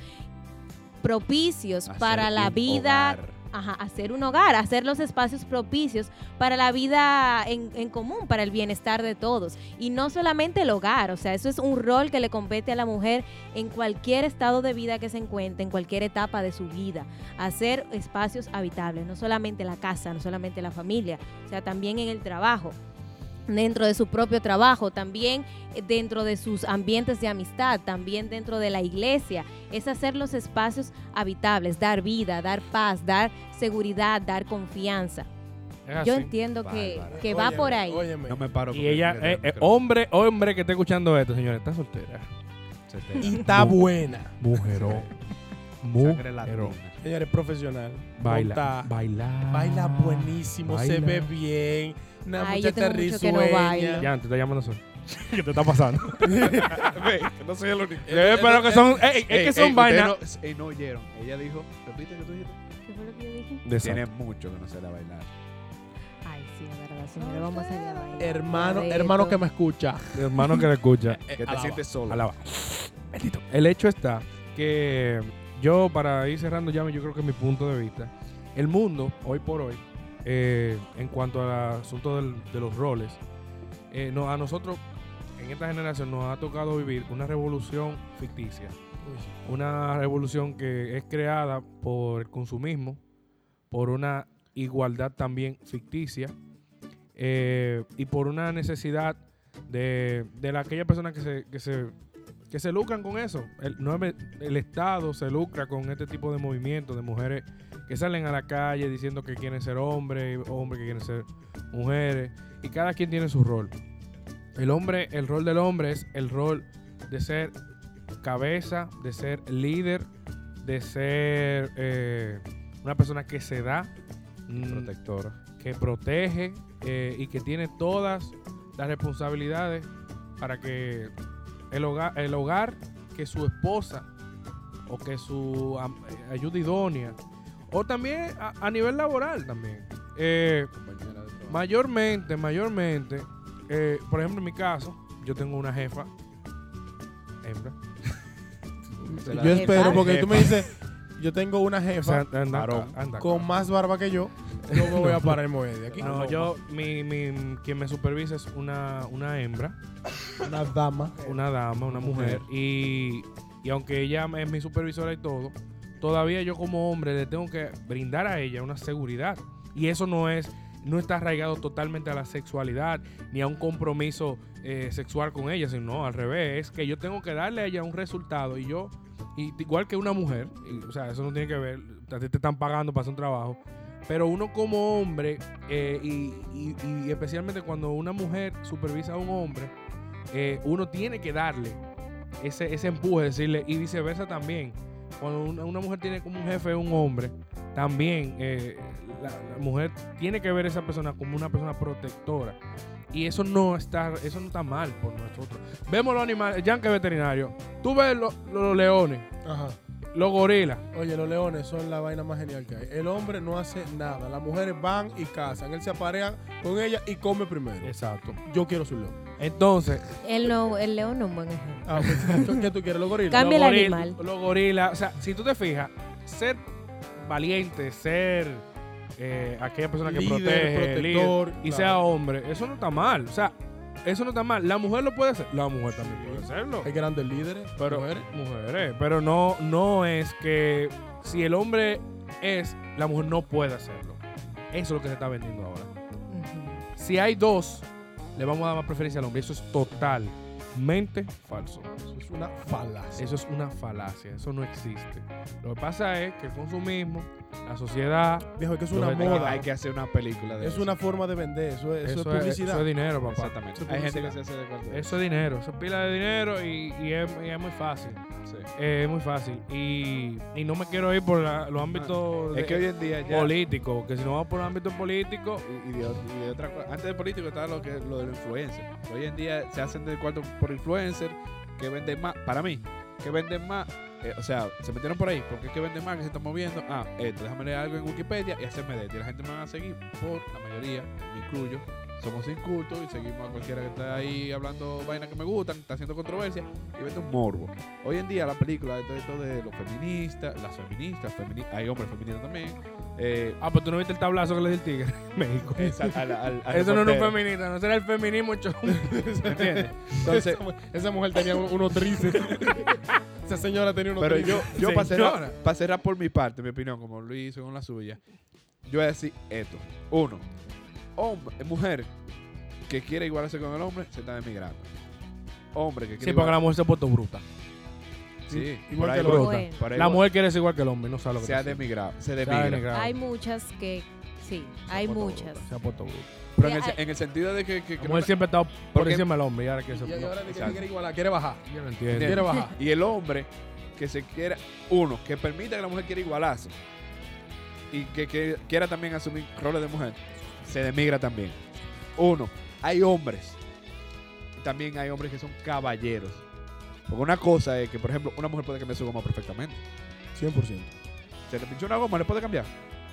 C: propicios
E: Hacer
C: para la
E: un
C: vida,
E: hogar.
C: ajá, hacer un hogar, hacer los espacios propicios para la vida en, en común, para el bienestar de todos. Y no solamente el hogar, o sea, eso es un rol que le compete a la mujer en cualquier estado de vida que se encuentre, en cualquier etapa de su vida. Hacer espacios habitables, no solamente la casa, no solamente la familia, o sea, también en el trabajo dentro de su propio trabajo, también eh, dentro de sus ambientes de amistad, también dentro de la iglesia, es hacer los espacios habitables, dar vida, dar paz, dar seguridad, dar confianza.
D: Es así.
C: Yo entiendo que,
E: Bárbara.
C: que va
B: Ah, Óyeme,
C: por ahí.
B: Óyeme.
E: No me paro.
D: Y
E: porque
D: ella,
E: me-
D: eh, eh,
E: creo-
D: hombre, hombre que esté escuchando esto, señores, está soltera.
E: se te
B: Y
E: da
B: está buena.
D: Mujerón.
E: sangre
D: Mujerón.
E: latina.
B: Señores, profesional.
D: Baila.
B: Monta.
D: Baila.
B: Baila buenísimo, se
D: Baila.
B: ve bien. Una
C: Ay, yo
B: muchacha
C: tengo mucho que no
B: risueña.
C: bailo.
D: Ya, te está llamando Sol. [laughs] ¿Qué te está pasando?
E: [laughs] Ve, no soy el único.
D: Eh, pero que son, ey, es que son vainas.
E: No, ey, no oyeron. Ella dijo, repite que tú dijiste.
C: ¿Qué fue lo que yo dije?
D: De
E: Tiene mucho que no se la bailar.
B: Eh,
C: Ay, sí, es verdad, señores, vamos a salir a bailar.
B: Hermano,
C: A ver,
B: hermano
C: todo.
B: que me escucha. Eh, ah.
D: Sol. hermano que le escucha.
E: Que te
B: alaba.
E: sientes solo.
D: Alaba. Bendito. El hecho está que yo, para ir cerrando ya, yo creo que mi punto de vista, el mundo, hoy por hoy, eh, en cuanto al asunto del- de los roles, eh, no, a nosotros, en esta generación, nos ha tocado vivir una revolución ficticia. Una revolución que es creada por el consumismo, por una igualdad también ficticia eh, y por una necesidad de, de la- aquella persona que se, que se que se lucran con eso. El, no es ver- el Estado se lucra con este tipo de movimientos de mujeres que salen a la calle diciendo que quieren ser hombres, y hombres que quieren ser mujeres, y cada quien tiene su rol. El hombre, el rol del hombre es el rol de ser cabeza, de ser líder, de ser eh, una persona que se da, mm,
E: Protectora.
D: que protege eh, y que tiene todas las responsabilidades para que el hogar, el hogar que su esposa o que su am- eh, ayuda idónea o también a, a nivel laboral también. Eh,
E: compañera de trabajo.
D: mayormente, mayormente, eh, por ejemplo en mi caso, yo tengo una jefa, hembra,
E: Se la-
B: Yo espero,
C: Jefa.
B: porque tú me dices, yo tengo una
D: o sea,
B: jefa
D: anda,
E: varón,
D: anda-
B: con más barba que yo. Yo me voy a parar y me voy de aquí.
D: No, yo, mi, mi- quien me supervisa es una, una hembra.
B: Una dama.
D: una dama, una mujer. Y, y aunque ella es mi supervisora y todo, todavía yo como hombre le tengo que brindar a ella una seguridad. Y eso no es, no está arraigado totalmente a la sexualidad ni a un compromiso eh, sexual con ella, sino no, al revés, es que yo tengo que darle a ella un resultado y yo, y- igual que una mujer, y, o sea, eso no tiene que ver, a ti te están pagando para hacer un trabajo. Pero uno como hombre, eh, y- y- y especialmente cuando una mujer supervisa a un hombre, eh, uno tiene que darle ese, ese empuje, decirle, y viceversa también. Cuando una, una mujer tiene como un jefe un hombre, también eh, la, la mujer tiene que ver a esa persona como una persona protectora. Y eso no está, eso no está mal por nosotros. Vemos los animales, que veterinario. Tú ves lo- los leones,
B: Ajá.
D: los gorilas.
B: Oye, los leones son la vaina más genial que hay. El hombre no hace nada. Las mujeres van y cazan. Él se aparea con ella y come primero.
D: Exacto.
B: Yo quiero su león.
D: Entonces,
C: El, no, el león no es un buen ejemplo.
B: Ah, [laughs] pues, ¿Qué tú quieres, los gorilas?
C: Cambia el
D: goril-
C: animal.
D: Los gorilas, o sea, si tú te fijas, ser valiente, ser eh, aquella persona que
B: Líder,
D: protege,
B: protector,
D: líder, y
B: claro.
D: sea hombre. Eso no está mal. O sea, eso no está mal. La mujer lo puede hacer. La mujer también puede hacerlo.
B: Hay grandes líderes,
D: Pero,
B: mujeres.
D: mujeres, Pero no, no es que si el hombre es, la mujer no puede hacerlo. Eso es lo que se está vendiendo ahora.
C: Ujú.
D: Si hay dos, le vamos a dar más preferencia al hombre. Eso es totalmente falso.
B: Eso es una falacia.
D: Eso es una falacia, eso no existe. Lo que pasa es que el consumismo, la sociedad,
B: Viejo, que es una
D: Lo que
B: moda.
E: Hay que hacer una película de
B: Es
E: eso.
B: una forma de vender. Eso es, eso
D: eso,
B: es
D: es,
B: publicidad.
D: eso es dinero, papá.
E: Exactamente.
B: Eso es
E: Hay gente que se
B: publicidad.
E: hace de cuenta.
D: Eso es dinero, eso es pila de dinero y, y es, y es muy fácil.
E: Sí.
D: Eh, es muy fácil. Y, y no me quiero ir por la- los
B: Ah,
D: ámbitos
E: Es que hoy en día ya.
D: políticos, que si no vamos por los ámbitos políticos,
E: y, y de, ot- y de otra cosa. Antes de político estaba lo, que, lo de los influencers. Hoy en día se hacen del cuarto por influencer que venden más. Para mí, que venden más. eh, o sea, se metieron por ahí. porque es que venden más? que se están moviendo? Ah, esto, déjame leer algo en Wikipedia y hacerme de esto. Y la gente me va a seguir por la mayoría, me incluyo. Somos incultos y seguimos a cualquiera que está ahí hablando vainas que me gustan, está haciendo controversia y vende un morbo. Hoy en día la película de todo esto de los feministas, las feministas, femini- hay hombres feministas también.
D: [laughs]
E: eh,
D: ah, pues tú no viste el tablazo que le di el tigre en México.
E: es al- al- al- al
D: Eso no es un
E: reportero.
D: feminista, no será el feminismo, hecho-
E: ¿Me entiendes? Entonces,
B: Esa mujer tenía un- unos tríceps. Esa señora tenía unos
E: pero
C: [laughs]
E: yo,
B: tríceps.
E: yo para, cerrar,
D: Señora.
E: para cerrar por mi parte, mi opinión, como Luis hizo con la suya, yo voy a decir esto. Uno, hombre, mujer que quiere igualarse con el hombre se está emigrando. Hombre que quiere
D: Sí, porque la mujer se ha puesto bruta.
E: Sí,
B: Igual
E: por
B: que
E: ahí
B: el
E: voy,
D: hombre.
C: Bueno,
E: por ahí
D: La
E: voy.
D: mujer quiere ser igual que el hombre, no sabe lo que
E: se ha
D: está haciendo.
E: demigrado, se
D: Se ha
E: demigra.
D: denigrado.
C: hay muchas que, sí,
D: Se ha
C: hay
D: puesto
C: muchas.
D: bruta, Se ha puesto bruta.
E: Pero en el,
C: Hay-
E: en el sentido de que... que-
D: La
E: que
D: mujer
E: no-
D: siempre ha estado por
E: Porque-
D: encima del hombre y ahora que se.
B: Y
D: no,
B: ahora que
E: Exacto.
B: quiere igualar, quiere bajar.
D: yo no entiendo.
E: Entiendo.
B: Quiere bajar.
E: Y el hombre que se quiera, uno, que permita que la mujer quiera igualarse y que, que quiera también asumir roles de mujer, se demigra también. Uno, hay hombres, también hay hombres que son caballeros. Porque una cosa es que, por ejemplo, una mujer puede cambiar su goma perfectamente.
B: 100%.
E: Se le pinchó una goma, le puede cambiar.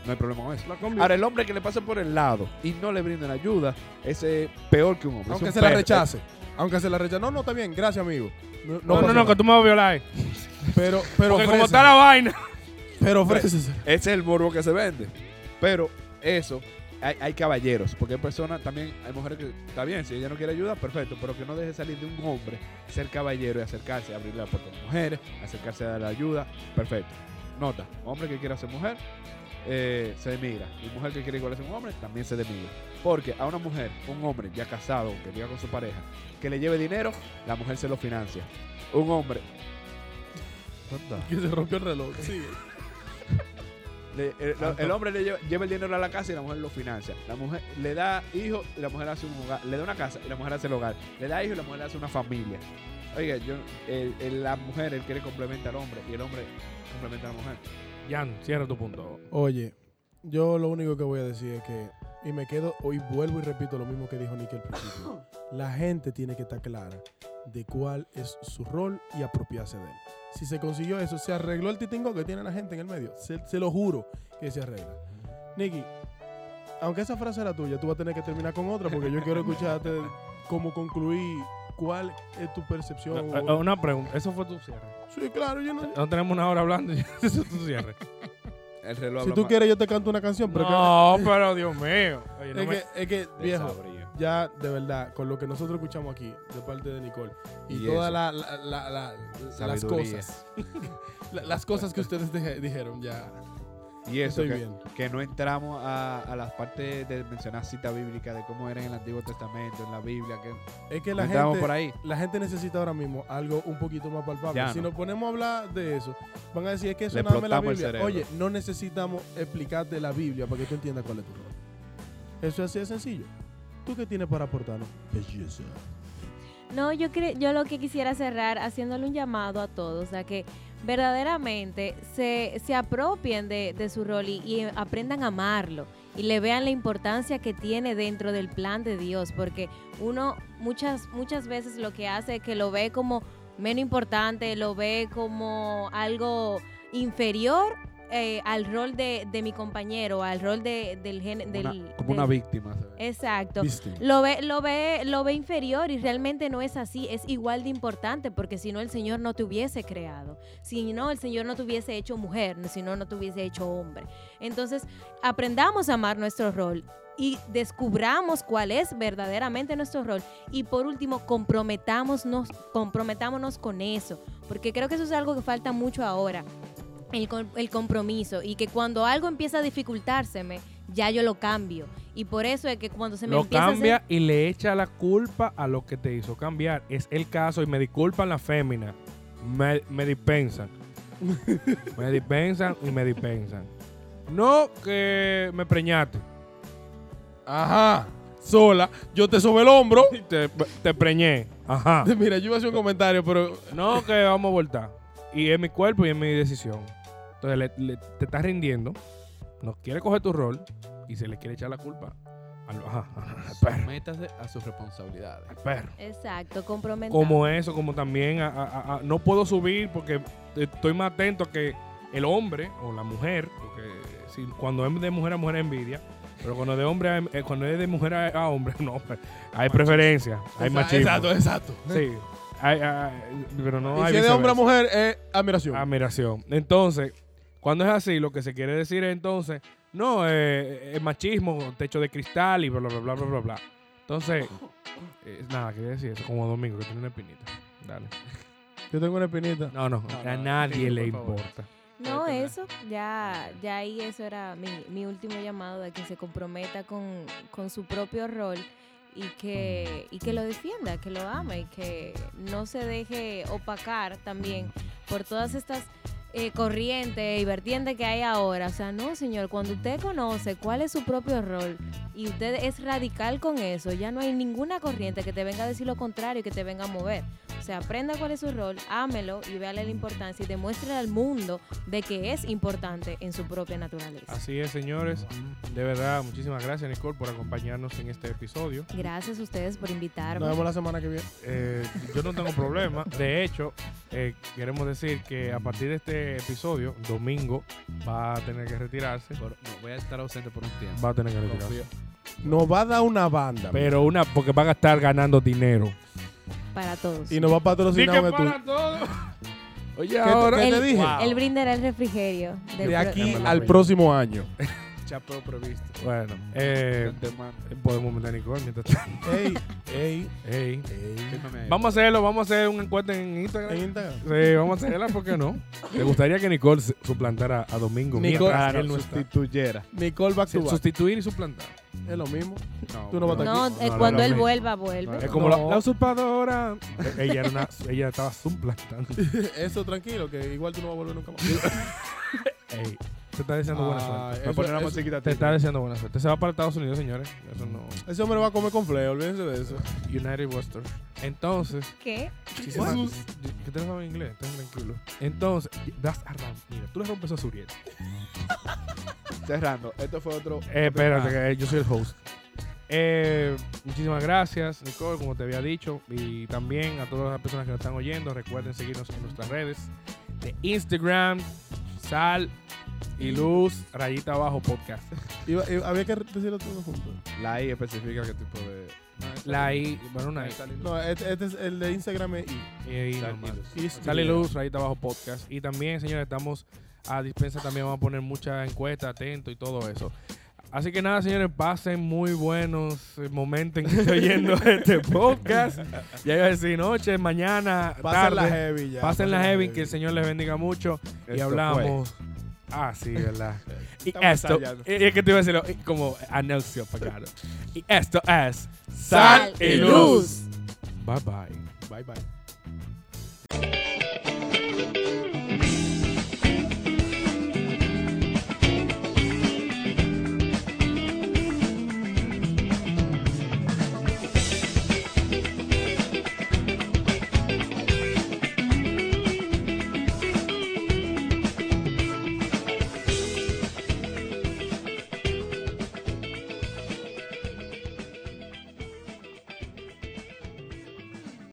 E: No hay problema con eso.
D: La combi-
E: Ahora, el hombre que le pase por el lado y no le brinden ayuda, ese es peor que un hombre. es
B: Aunque
E: un
B: se la
E: perro.
B: rechace. Aunque se la rechace. No, no, está bien. Gracias, amigo. No,
D: No, no,
B: pasa
D: no, que
B: nada.
D: tú me vas a violar. eh.
B: Pero, pero
D: Porque como
B: ofrécese.
D: está la vaina.
B: Pero ofrécese.
E: Ese es el morbo que se vende. Pero eso, hay, hay caballeros, porque hay personas, también hay mujeres que, está bien, si ella no quiere ayuda, perfecto, pero que no deje salir de un hombre ser caballero y acercarse, abrirle la puerta a las mujeres, acercarse a dar ayuda, perfecto. Nota, hombre que quiera ser mujer, eh, se demigra. Y mujer que quiere igualarse a un hombre, también se demigra. Porque a una mujer, un hombre ya casado, que viva con su pareja, que le lleve dinero, la mujer se lo financia. Un hombre... ¿Dónde está?
B: Que se rompió el reloj. Sí.
E: Le- el, lo- el hombre le lleva, lleva el dinero a la casa y la mujer lo financia. La mujer le da hijos y la mujer hace un hogar. Le da una casa y la mujer hace el hogar. Le da hijos y la mujer hace una familia. Oiga, yo, el- el- la mujer, él quiere complementar al hombre y el hombre complementa a la mujer.
D: Jan, cierra tu punto.
B: Oye, yo lo único que voy a decir es que, y me quedo, hoy vuelvo y repito lo mismo que dijo Nicky al principio. La gente tiene que estar clara de cuál es su rol y apropiarse de él. Si se consiguió eso, se arregló el titingo que tiene la gente en el medio. Se, se lo juro que se arregla. Nicky, aunque esa frase era tuya, tú vas a tener que terminar con otra porque yo quiero escucharte cómo concluir cuál es tu percepción.
D: Eh, eh, Una pregunta, eso fue tu cierre.
B: Sí, claro, yo no.
D: No tenemos una hora hablando, [laughs] y eso es tu cierre.
E: El reloj
B: Si
E: habla
B: tú
E: más.
B: quieres, yo te canto una canción. Pero
D: No, pero Dios mío. Oye, no
B: Es
D: me-
B: que, es que, viejo,
E: Desabrío.
B: ya de verdad, con lo que nosotros escuchamos aquí, de parte de Nicole, y,
E: Y
B: todas
E: eso.
B: la- la- la- la- las
E: Sabiduría. [laughs]
B: cosas, la- las cosas que ustedes dije- dijeron, ya
E: Y eso,
B: estoy
E: que,
B: bien.
E: que no entramos a, a las partes de mencionar cita bíblica, de cómo era en el Antiguo Testamento, en la Biblia, que
B: Es que
E: no
B: la
E: entramos
B: gente,
E: por ahí.
B: la gente necesita ahora mismo algo un poquito más palpable.
E: Ya
B: si
E: no.
B: nos ponemos a hablar de eso, van a decir, es que eso
E: Le
B: nada más la
E: explotamos el
B: Biblia.
E: cerebro.
B: Oye, no necesitamos explicarte la Biblia para que tú entiendas cuál es tu rol. Eso es así de sencillo. ¿Tú qué tienes para aportarnos? Belleza.
C: No, yo, cre- yo lo que quisiera cerrar haciéndole un llamado a todos a que verdaderamente se, se apropien de, de su rol y, y aprendan a amarlo y le vean la importancia que tiene dentro del plan de Dios, porque uno muchas, muchas veces lo que hace es que lo ve como menos importante, lo ve como algo inferior eh, al rol de, de mi compañero, al rol de, del género.
E: Como
C: Del,
E: una, como una
C: del-
E: víctima. se ve.
C: Exacto.
B: Víctima.
C: Lo ve, lo ve, lo ve inferior y realmente no es así, es igual de importante porque si no el Señor no te hubiese creado, si no el Señor no te hubiese hecho mujer, si no no te hubiese hecho hombre. Entonces, aprendamos a amar nuestro rol y descubramos cuál es verdaderamente nuestro rol y por último comprometámonos, comprometámonos con eso, porque creo que eso es algo que falta mucho ahora. El, com- el compromiso y que cuando algo empieza a dificultárseme, ya yo lo cambio. Y por eso es que cuando se me
D: lo
C: empieza a hacer-
D: cambia y le echa la culpa a lo que te hizo cambiar. Es el caso y me disculpan las féminas. Me, me dispensan. me dispensan y me dispensan. No que me preñaste.
B: Ajá. Sola. Yo te sobre el hombro.
D: Te, te preñé. Ajá.
B: Mira, yo iba a hacer un comentario, pero
D: No que vamos a voltar. Y es mi cuerpo y es mi decisión. Entonces le- le- te estás rindiendo. No quiere coger tu rol y se le quiere echar la culpa al, ajá, al perro.
E: Métase a sus responsabilidades.
D: Al perro.
C: Exacto, comprometado.
D: como eso, como también a- a- a- a- no puedo subir porque estoy más atento a que el hombre o la mujer, porque si, cuando es de mujer a mujer envidia, pero cuando de hombre a- eh, cuando es de mujer a, a hombre, [laughs] no, pues, hay preferencia, hay machismo.
B: Exacto, exacto.
D: Sí, hay- hay- pero no
B: y
D: hay
B: si es de hombre a
D: viceversa.
B: mujer, es admiración.
D: Admiración. Entonces, cuando es así, lo que se quiere decir es entonces, no, eh, el machismo, techo de cristal y bla, bla, bla, bla, bla, bla. Entonces, eh, nada, quería decir eso, como Domingo, que tiene una espinita. Dale.
B: Yo tengo una espinita.
D: No, no,
E: No,
D: a
E: no,
D: nadie
E: sí,
D: le
E: por favor.
D: importa.
C: No,
E: Puede tener.
C: eso, ya, ya ahí eso era mi, mi último llamado de que se comprometa con, con su propio rol y que, y que lo defienda, que lo ama y que no se deje opacar también por todas estas eh, corrientes y vertientes que hay ahora. O sea, no, señor, cuando usted conoce cuál es su propio rol y usted es radical con eso, ya no hay ninguna corriente que te venga a decir lo contrario y que te venga a mover. O sea, aprenda cuál es su rol, ámelo y véale la importancia y demuestre al mundo de que es importante en su propia naturaleza.
D: Así es, señores. De verdad, muchísimas gracias, Nicole, por acompañarnos en este episodio.
C: Gracias a ustedes por
B: Nos
C: invitarme.
B: vemos la semana que viene.
D: Eh, yo no tengo problema. De hecho, eh, queremos decir que a partir de este episodio, Domingo va a tener que retirarse.
E: Por- no, voy a estar ausente por un tiempo.
D: Va a tener que retirarse.
E: Confío.
B: Nos va a dar una banda.
D: Pero una, porque van a estar ganando dinero.
C: Para todos.
B: Y nos va a patrocinar un estudio.
D: todo. Oye,
B: ¿Qué te-
D: ahora.
B: qué te
C: El-
B: dije?
E: Wow.
C: Él brindará el refrigerio. del
B: De
C: pro-
B: aquí
D: Déjame la
B: al
D: pila.
B: próximo año.
E: Chapeo previsto.
D: Bueno, eh,
E: Te mando.
D: podemos meter a Nicole mientras tanto.
B: Ey, ey,
D: Ey.
B: ey.
E: Fírmame ahí.
D: Vamos a hacerlo, vamos a hacer un encuentro en Instagram.
B: En Instagram.
D: Sí, vamos a hacerla, ¿por qué no? ¿Te gustaría que Nicole se- suplantara a Domingo
E: Nicole,
D: mientras
E: claro,
D: él no está?
E: sustituyera.
B: Nicole back to
D: Sí,
B: back.
D: Sustituir y suplantar.
B: Es lo mismo. [laughs] Tú no
E: Tú no
B: vas a estar
C: No,
B: aquí.
C: eh,
D: No, no,
C: cuando
D: no,
C: él
D: no.
C: vuelva, vuelve.
E: No,
D: Es como
B: No.
D: la, la usurpadora. Eh, ella, era una- ella estaba suplantando.
B: Eso tranquilo, que igual tú no vas a volver nunca más. [laughs]
D: Ey, te está deseando buena suerte.
E: Me
B: eso-
E: ponen la
B: eso-
E: musiquita.
D: Te está deseando buena suerte. Se va para Estados Unidos, señores. Eso no.
B: Ese hombre va a comer con flea, olvídense de eso.
D: United Western. Entonces,
C: ¿Qué?
D: muchísimas- ¿Qué te en inglés? Estás tranquilo. Entonces, das a Ram. Mira, tú le rompes a Suriel.
E: Cerrando. Esto fue otro.
D: Eh, espérate,
E: Ah.
D: que eh, yo soy el host. Eh, muchísimas gracias, Nicole, como te había dicho. Y también a todas las personas que nos están oyendo, recuerden seguirnos en nuestras redes de Instagram, Sal y Luz, rayita abajo podcast.
B: Iba- iba- había que decirlo todo junto.
E: La I especifica qué tipo de.
D: La I, bueno, una
E: No,
D: I.
E: esta luz.
B: No, este, este es el de Instagram es I.
D: Y ahí
E: Sal y
D: nomás.
E: luz.
B: I-
D: Sal y Luz, rayita abajo podcast. Y también, señores, estamos a dispensa, también vamos a poner muchas encuestas, atento y todo eso. Así que nada, señores, pasen muy buenos eh, momentos en que estoy oyendo este podcast. Ya iba a decir noche, mañana,
B: Pasen la
D: tarde.
B: heavy ya.
D: pasen la heavy, que el Señor les bendiga mucho. y
E: Esto
D: hablamos. Ah, sí, ¿verdad? y
E: Estamos
D: esto,
E: ensayando.
D: y es que te iba a decirlo y como anuncio pagado. Y esto es
C: Sal y Luz.
D: Bye bye.
B: Bye bye.